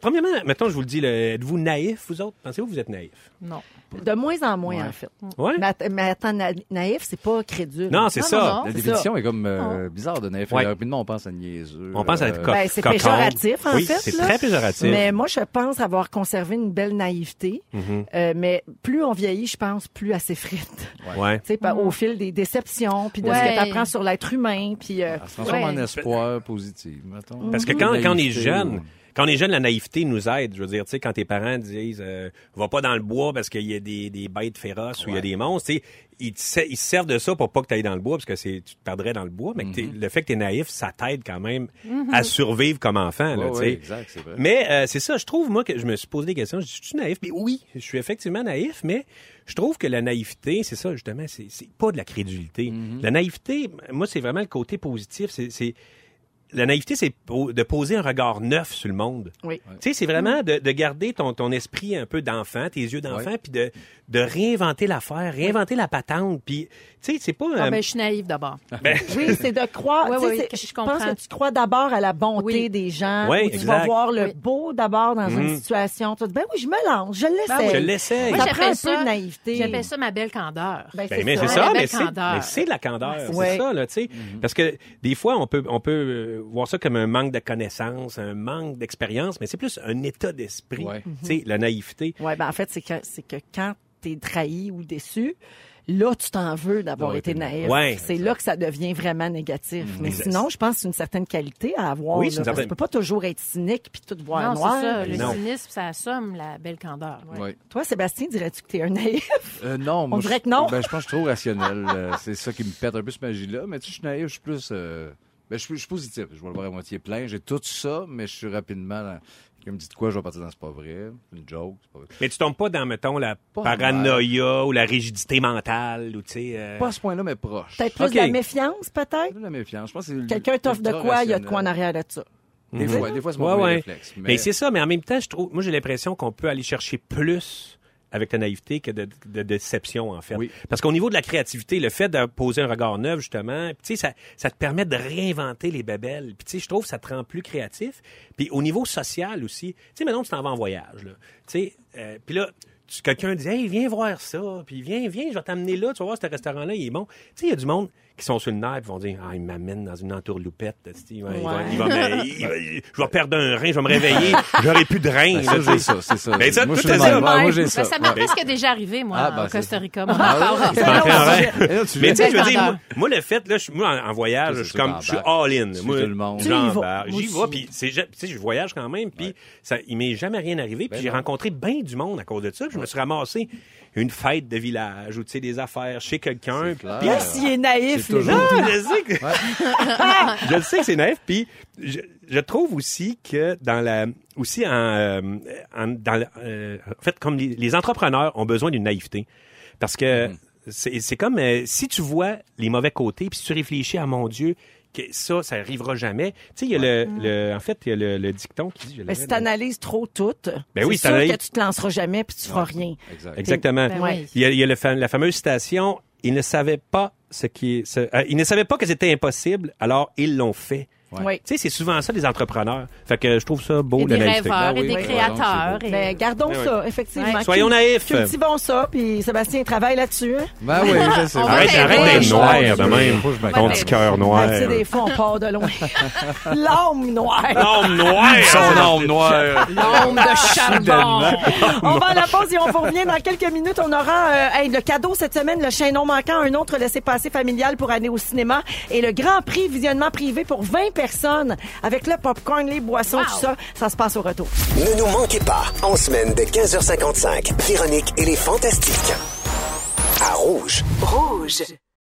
[SPEAKER 4] Premièrement, mettons, je vous le dis, là, êtes-vous naïf, vous autres? Pensez-vous que vous êtes naïf?
[SPEAKER 5] Non.
[SPEAKER 2] De moins en moins, en fait.
[SPEAKER 4] Ouais?
[SPEAKER 2] Mais, att- mais attends, na- naïf, c'est pas crédule.
[SPEAKER 4] Non, c'est ça.
[SPEAKER 5] non, non.
[SPEAKER 3] La
[SPEAKER 2] C'est Ah.
[SPEAKER 3] définition est comme euh, bizarre de naïf.
[SPEAKER 4] Ouais.
[SPEAKER 3] Rapidement, on pense à niaiseux.
[SPEAKER 4] On pense à être
[SPEAKER 3] euh,
[SPEAKER 4] coq.
[SPEAKER 2] Ben, c'est
[SPEAKER 4] coquon.
[SPEAKER 2] péjoratif, en
[SPEAKER 4] oui,
[SPEAKER 2] fait,
[SPEAKER 4] C'est
[SPEAKER 2] là.
[SPEAKER 4] très péjoratif.
[SPEAKER 2] Mais moi, je pense avoir conservé une belle naïveté.
[SPEAKER 4] Mhm.
[SPEAKER 2] Euh, mais plus on vieillit, je pense, plus elle s'effrite.
[SPEAKER 4] Ouais.
[SPEAKER 2] [laughs] Tu sais, par- au fil des déceptions, puis de ce
[SPEAKER 5] Mm. Ouais.
[SPEAKER 2] que tu apprends sur l'être humain. Puis, euh,
[SPEAKER 4] Ah,
[SPEAKER 3] Ça se transforme
[SPEAKER 5] Ouais.
[SPEAKER 3] en espoir positif, mettons.
[SPEAKER 4] Parce que quand, quand on est
[SPEAKER 3] Mhm. Naïveté,
[SPEAKER 4] jeune, quand on est jeune, la naïveté nous aide. Je veux dire, tu sais, quand tes parents disent euh, va pas dans le bois parce qu'il y a des, des bêtes féroces ou il y a des monstres, tu sais, ils, te se- ils se servent de ça pour pas que tu ailles dans le bois parce que c'est tu te perdrais dans le bois. Mais que t'es-
[SPEAKER 3] Mhm.
[SPEAKER 4] le fait que tu es naïf, ça t'aide quand même à survivre comme enfant. là,
[SPEAKER 3] Ouais,
[SPEAKER 4] tu sais.
[SPEAKER 3] ouais, exact, c'est vrai.
[SPEAKER 4] Mais euh, c'est ça, je trouve, moi, que je me suis posé des questions. Je dis, suis naïf? Mais oui, je suis effectivement naïf, mais je trouve que la naïveté, c'est ça, justement,
[SPEAKER 3] Mhm.
[SPEAKER 4] c'est, c'est pas de la crédulité. La naïveté, moi, c'est vraiment le côté positif. C'est, c'est, la naïveté, c'est po- de poser un regard neuf sur le monde.
[SPEAKER 2] Oui.
[SPEAKER 4] Tu sais, c'est
[SPEAKER 3] Mm.
[SPEAKER 4] vraiment de, de garder ton, ton esprit un peu d'enfant, tes yeux d'enfant, puis de, de réinventer l'affaire, réinventer la patente. Puis, tu sais, c'est pas...
[SPEAKER 5] Ah,
[SPEAKER 4] euh,
[SPEAKER 5] ben, je suis naïve d'abord.
[SPEAKER 4] ben-
[SPEAKER 2] [laughs] Oui, c'est de croire.
[SPEAKER 5] Ouais,
[SPEAKER 2] tu sais,
[SPEAKER 5] oui,
[SPEAKER 2] c'est-
[SPEAKER 5] je
[SPEAKER 2] je pense
[SPEAKER 5] comprends.
[SPEAKER 2] que tu crois d'abord à la bonté des gens.
[SPEAKER 4] Oui,
[SPEAKER 2] ou tu vas
[SPEAKER 4] exact.
[SPEAKER 2] voir le
[SPEAKER 5] Oui.
[SPEAKER 2] beau d'abord dans
[SPEAKER 4] Mhm.
[SPEAKER 2] une situation. Tu te dis, ben oui, je me lance, je l'essaie.
[SPEAKER 4] oui. Je l'essaye.
[SPEAKER 5] Moi,
[SPEAKER 2] Ça prend
[SPEAKER 5] j'appelle
[SPEAKER 2] un peu
[SPEAKER 5] ça-
[SPEAKER 2] de naïveté.
[SPEAKER 5] J'appelle ça ma belle candeur.
[SPEAKER 2] Ben,
[SPEAKER 4] Ben, mais
[SPEAKER 2] ça.
[SPEAKER 4] c'est
[SPEAKER 5] La
[SPEAKER 4] ça,
[SPEAKER 5] belle
[SPEAKER 4] mais c'est,
[SPEAKER 5] candeur.
[SPEAKER 4] mais c'est de la candeur,
[SPEAKER 2] Ouais,
[SPEAKER 4] c'est
[SPEAKER 2] ouais.
[SPEAKER 4] ça là, tu sais,
[SPEAKER 3] Mm-hmm.
[SPEAKER 4] parce que des fois on peut on peut euh, voir ça comme un manque de connaissances, un manque d'expérience, mais c'est plus un état d'esprit,
[SPEAKER 3] Ouais.
[SPEAKER 4] tu
[SPEAKER 5] Mm-hmm.
[SPEAKER 4] sais, la naïveté.
[SPEAKER 2] Ouais, ben en fait, c'est que, c'est que quand t'es trahi ou déçu, là, tu t'en veux d'avoir
[SPEAKER 3] Ouais,
[SPEAKER 2] été
[SPEAKER 3] t'es-
[SPEAKER 2] naïf.
[SPEAKER 4] Ouais. Mm.
[SPEAKER 2] c'est là que ça devient vraiment négatif. Mais
[SPEAKER 4] Exact.
[SPEAKER 2] sinon, je pense que c'est une certaine qualité à avoir.
[SPEAKER 4] Oui,
[SPEAKER 2] là,
[SPEAKER 4] c'est une
[SPEAKER 2] parce que
[SPEAKER 4] certaine-
[SPEAKER 2] Tu peux pas toujours être cynique puis tout voir
[SPEAKER 5] Non,
[SPEAKER 2] noir.
[SPEAKER 5] c'est ça. Le
[SPEAKER 4] Non.
[SPEAKER 5] cynisme, ça assomme la belle candeur. ouais.
[SPEAKER 3] Ouais.
[SPEAKER 2] Toi, Sébastien, dirais-tu que t'es un naïf? [laughs]
[SPEAKER 3] Euh, non, moi,
[SPEAKER 2] dirait
[SPEAKER 3] je-
[SPEAKER 2] que non.
[SPEAKER 3] Ben, je pense que je suis trop rationnel. Euh, c'est ça qui me pète un peu cette magie-là. Mais tu sais, je suis naïf, je suis plus. euh, ben, je, suis- je suis positif. Je vais le voir à moitié plein. J'ai tout ça, mais je suis rapidement. Dans... Quelqu'un me dit de quoi, je vais partir dans c'est pas vrai. C'est Une joke, c'est pas vrai.
[SPEAKER 4] Mais tu tombes pas dans mettons la
[SPEAKER 3] Pas
[SPEAKER 4] paranoïa ou la rigidité mentale ou tu sais euh,
[SPEAKER 3] Pas à ce point-là, mais proche.
[SPEAKER 2] Peut-être plus
[SPEAKER 4] Ok.
[SPEAKER 2] de la méfiance, peut-être?
[SPEAKER 3] De la méfiance. Je pense que c'est-
[SPEAKER 2] Quelqu'un t'offre de
[SPEAKER 3] ultra
[SPEAKER 2] quoi, il y a de quoi en
[SPEAKER 3] rationnel.
[SPEAKER 2] arrière de ça.
[SPEAKER 3] Des
[SPEAKER 4] Mhm.
[SPEAKER 3] fois, des fois, c'est mon
[SPEAKER 4] Ouais,
[SPEAKER 3] premier
[SPEAKER 4] ouais.
[SPEAKER 3] réflexe.
[SPEAKER 4] Mais, c'est ça, mais en même temps, je trouve, moi j'ai l'impression qu'on peut aller chercher plus avec la naïveté que de, de déception, en fait.
[SPEAKER 3] Oui.
[SPEAKER 4] Parce qu'au niveau de la créativité, le fait de poser un regard neuf, justement, puis tu sais, ça, ça te permet de réinventer les babelles. Puis tu sais, je trouve que ça te rend plus créatif. Puis au niveau social aussi, tu sais, maintenant tu t'en vas en voyage, là. Tu sais, euh, puis là, tu- quelqu'un dit « Hey, viens voir ça, puis viens, viens, je vais t'amener là, tu vas voir, ce restaurant-là, il est bon. » Tu sais, il y a du monde qui sont sur le nerf, ils vont dire « Ah, il m'amène dans une entourloupette, tu sais, il va- il va- il va me- il va- il- je vais perdre un rein, je vais me réveiller, j'aurai plus de rein. »
[SPEAKER 3] Ben, ça, j'ai ça, c'est ça.
[SPEAKER 4] Ben, ça,
[SPEAKER 3] moi,
[SPEAKER 4] tout
[SPEAKER 3] je suis
[SPEAKER 4] est
[SPEAKER 3] de
[SPEAKER 4] ça.
[SPEAKER 3] même. Ouais, moi, j'ai
[SPEAKER 5] Ben,
[SPEAKER 3] ça.
[SPEAKER 5] ça
[SPEAKER 3] Ouais.
[SPEAKER 5] m'est presque déjà arrivé, moi,
[SPEAKER 3] Ah, ben,
[SPEAKER 5] au
[SPEAKER 3] c'est-
[SPEAKER 5] Costa Rica.
[SPEAKER 3] Ah, ouais.
[SPEAKER 4] Je m'en fais un rein.
[SPEAKER 3] Et là, tu
[SPEAKER 4] Mais tu sais, je veux
[SPEAKER 5] Quelle
[SPEAKER 4] dire, moi,
[SPEAKER 5] grandeur.
[SPEAKER 4] moi, le fait, là, je suis- moi, en, en voyage,
[SPEAKER 3] Ça,
[SPEAKER 4] je
[SPEAKER 3] c'est
[SPEAKER 4] suis
[SPEAKER 3] sûr,
[SPEAKER 4] comme, je suis
[SPEAKER 3] t'embarques.
[SPEAKER 4] all-in.
[SPEAKER 3] Tu
[SPEAKER 4] Moi,
[SPEAKER 3] suis tout le monde. Tu y
[SPEAKER 2] vas.
[SPEAKER 4] j'embarque.
[SPEAKER 2] Moi
[SPEAKER 4] J'y
[SPEAKER 2] aussi.
[SPEAKER 4] vais, puis c'est ja- tu sais, je voyage quand même, puis ça, il m'est jamais rien arrivé,
[SPEAKER 3] Ben
[SPEAKER 4] puis j'ai rencontré bien du monde à cause de ça, puis je me suis ramassé une fête de village, ou tu sais, des affaires chez quelqu'un,
[SPEAKER 3] C'est clair.
[SPEAKER 4] puis
[SPEAKER 3] Ouais.
[SPEAKER 2] Là, s'il est naïf,
[SPEAKER 3] C'est
[SPEAKER 2] les
[SPEAKER 3] toujours-
[SPEAKER 2] gens.
[SPEAKER 4] ah, je sais que... [laughs] je le sais que c'est naïf. Puis je, je trouve aussi que dans la aussi en, euh, en- dans la- euh, en fait comme les, les entrepreneurs ont besoin d'une naïveté parce que c'est c'est comme euh, si tu vois les mauvais côtés puis si tu réfléchis à mon Dieu que ça ça arrivera jamais. Tu sais il y a le, le- en fait il y a le, le dicton qui dit je
[SPEAKER 2] Mais
[SPEAKER 4] l'avais
[SPEAKER 2] ben, si
[SPEAKER 4] dans-
[SPEAKER 2] t'analyses trop tout,
[SPEAKER 4] Ben oui,
[SPEAKER 2] c'est sûr
[SPEAKER 4] t'analyses-
[SPEAKER 2] que tu te lanceras jamais puis tu feras rien.
[SPEAKER 3] Exact.
[SPEAKER 4] Exactement.
[SPEAKER 5] Ben oui.
[SPEAKER 4] Il y a, il y a le fa- la fameuse citation il ne savait pas ce qui ce- euh, il ne savait pas que c'était impossible alors ils l'ont fait.
[SPEAKER 2] Oui.
[SPEAKER 4] Tu sais, c'est souvent ça, les entrepreneurs. Fait que je trouve ça beau,
[SPEAKER 5] Et des
[SPEAKER 4] la naïveté.
[SPEAKER 5] rêveurs,
[SPEAKER 3] Ben
[SPEAKER 5] et
[SPEAKER 3] oui,
[SPEAKER 5] des
[SPEAKER 3] oui,
[SPEAKER 5] créateurs. et- euh,
[SPEAKER 2] Mais gardons
[SPEAKER 4] Ben oui.
[SPEAKER 2] ça, effectivement.
[SPEAKER 5] Ouais.
[SPEAKER 4] Soyons
[SPEAKER 2] Cul-
[SPEAKER 4] naïfs.
[SPEAKER 2] Cultivons ça, puis Sébastien il travaille là-dessus. hein.
[SPEAKER 3] Ben oui, je sais.
[SPEAKER 5] On va
[SPEAKER 4] Arrête,
[SPEAKER 5] t'aider.
[SPEAKER 4] arrête d'être
[SPEAKER 5] Ouais,
[SPEAKER 4] noir
[SPEAKER 3] je-
[SPEAKER 4] de même.
[SPEAKER 3] faut que je m'accorde.
[SPEAKER 4] Ton petit cœur noir.
[SPEAKER 2] Ah, tu sais, des fois,
[SPEAKER 5] [laughs]
[SPEAKER 2] on part de loin. [laughs] L'homme noir.
[SPEAKER 4] L'homme noir! Son homme noir!
[SPEAKER 5] L'ombre de charbon.
[SPEAKER 2] On va à la pause et on vous revient dans quelques minutes. On aura euh, hey, le cadeau cette semaine, le chaînon manquant, un autre laissez-passer familial pour aller au cinéma et le grand prix visionnement privé pour 20 personnes avec le popcorn, les boissons,
[SPEAKER 5] Wow.
[SPEAKER 2] tout ça. Ça se passe au retour.
[SPEAKER 1] Ne nous manquez pas, en semaine de 15h55, Véronique et les Fantastiques. À Rouge.
[SPEAKER 15] Rouge.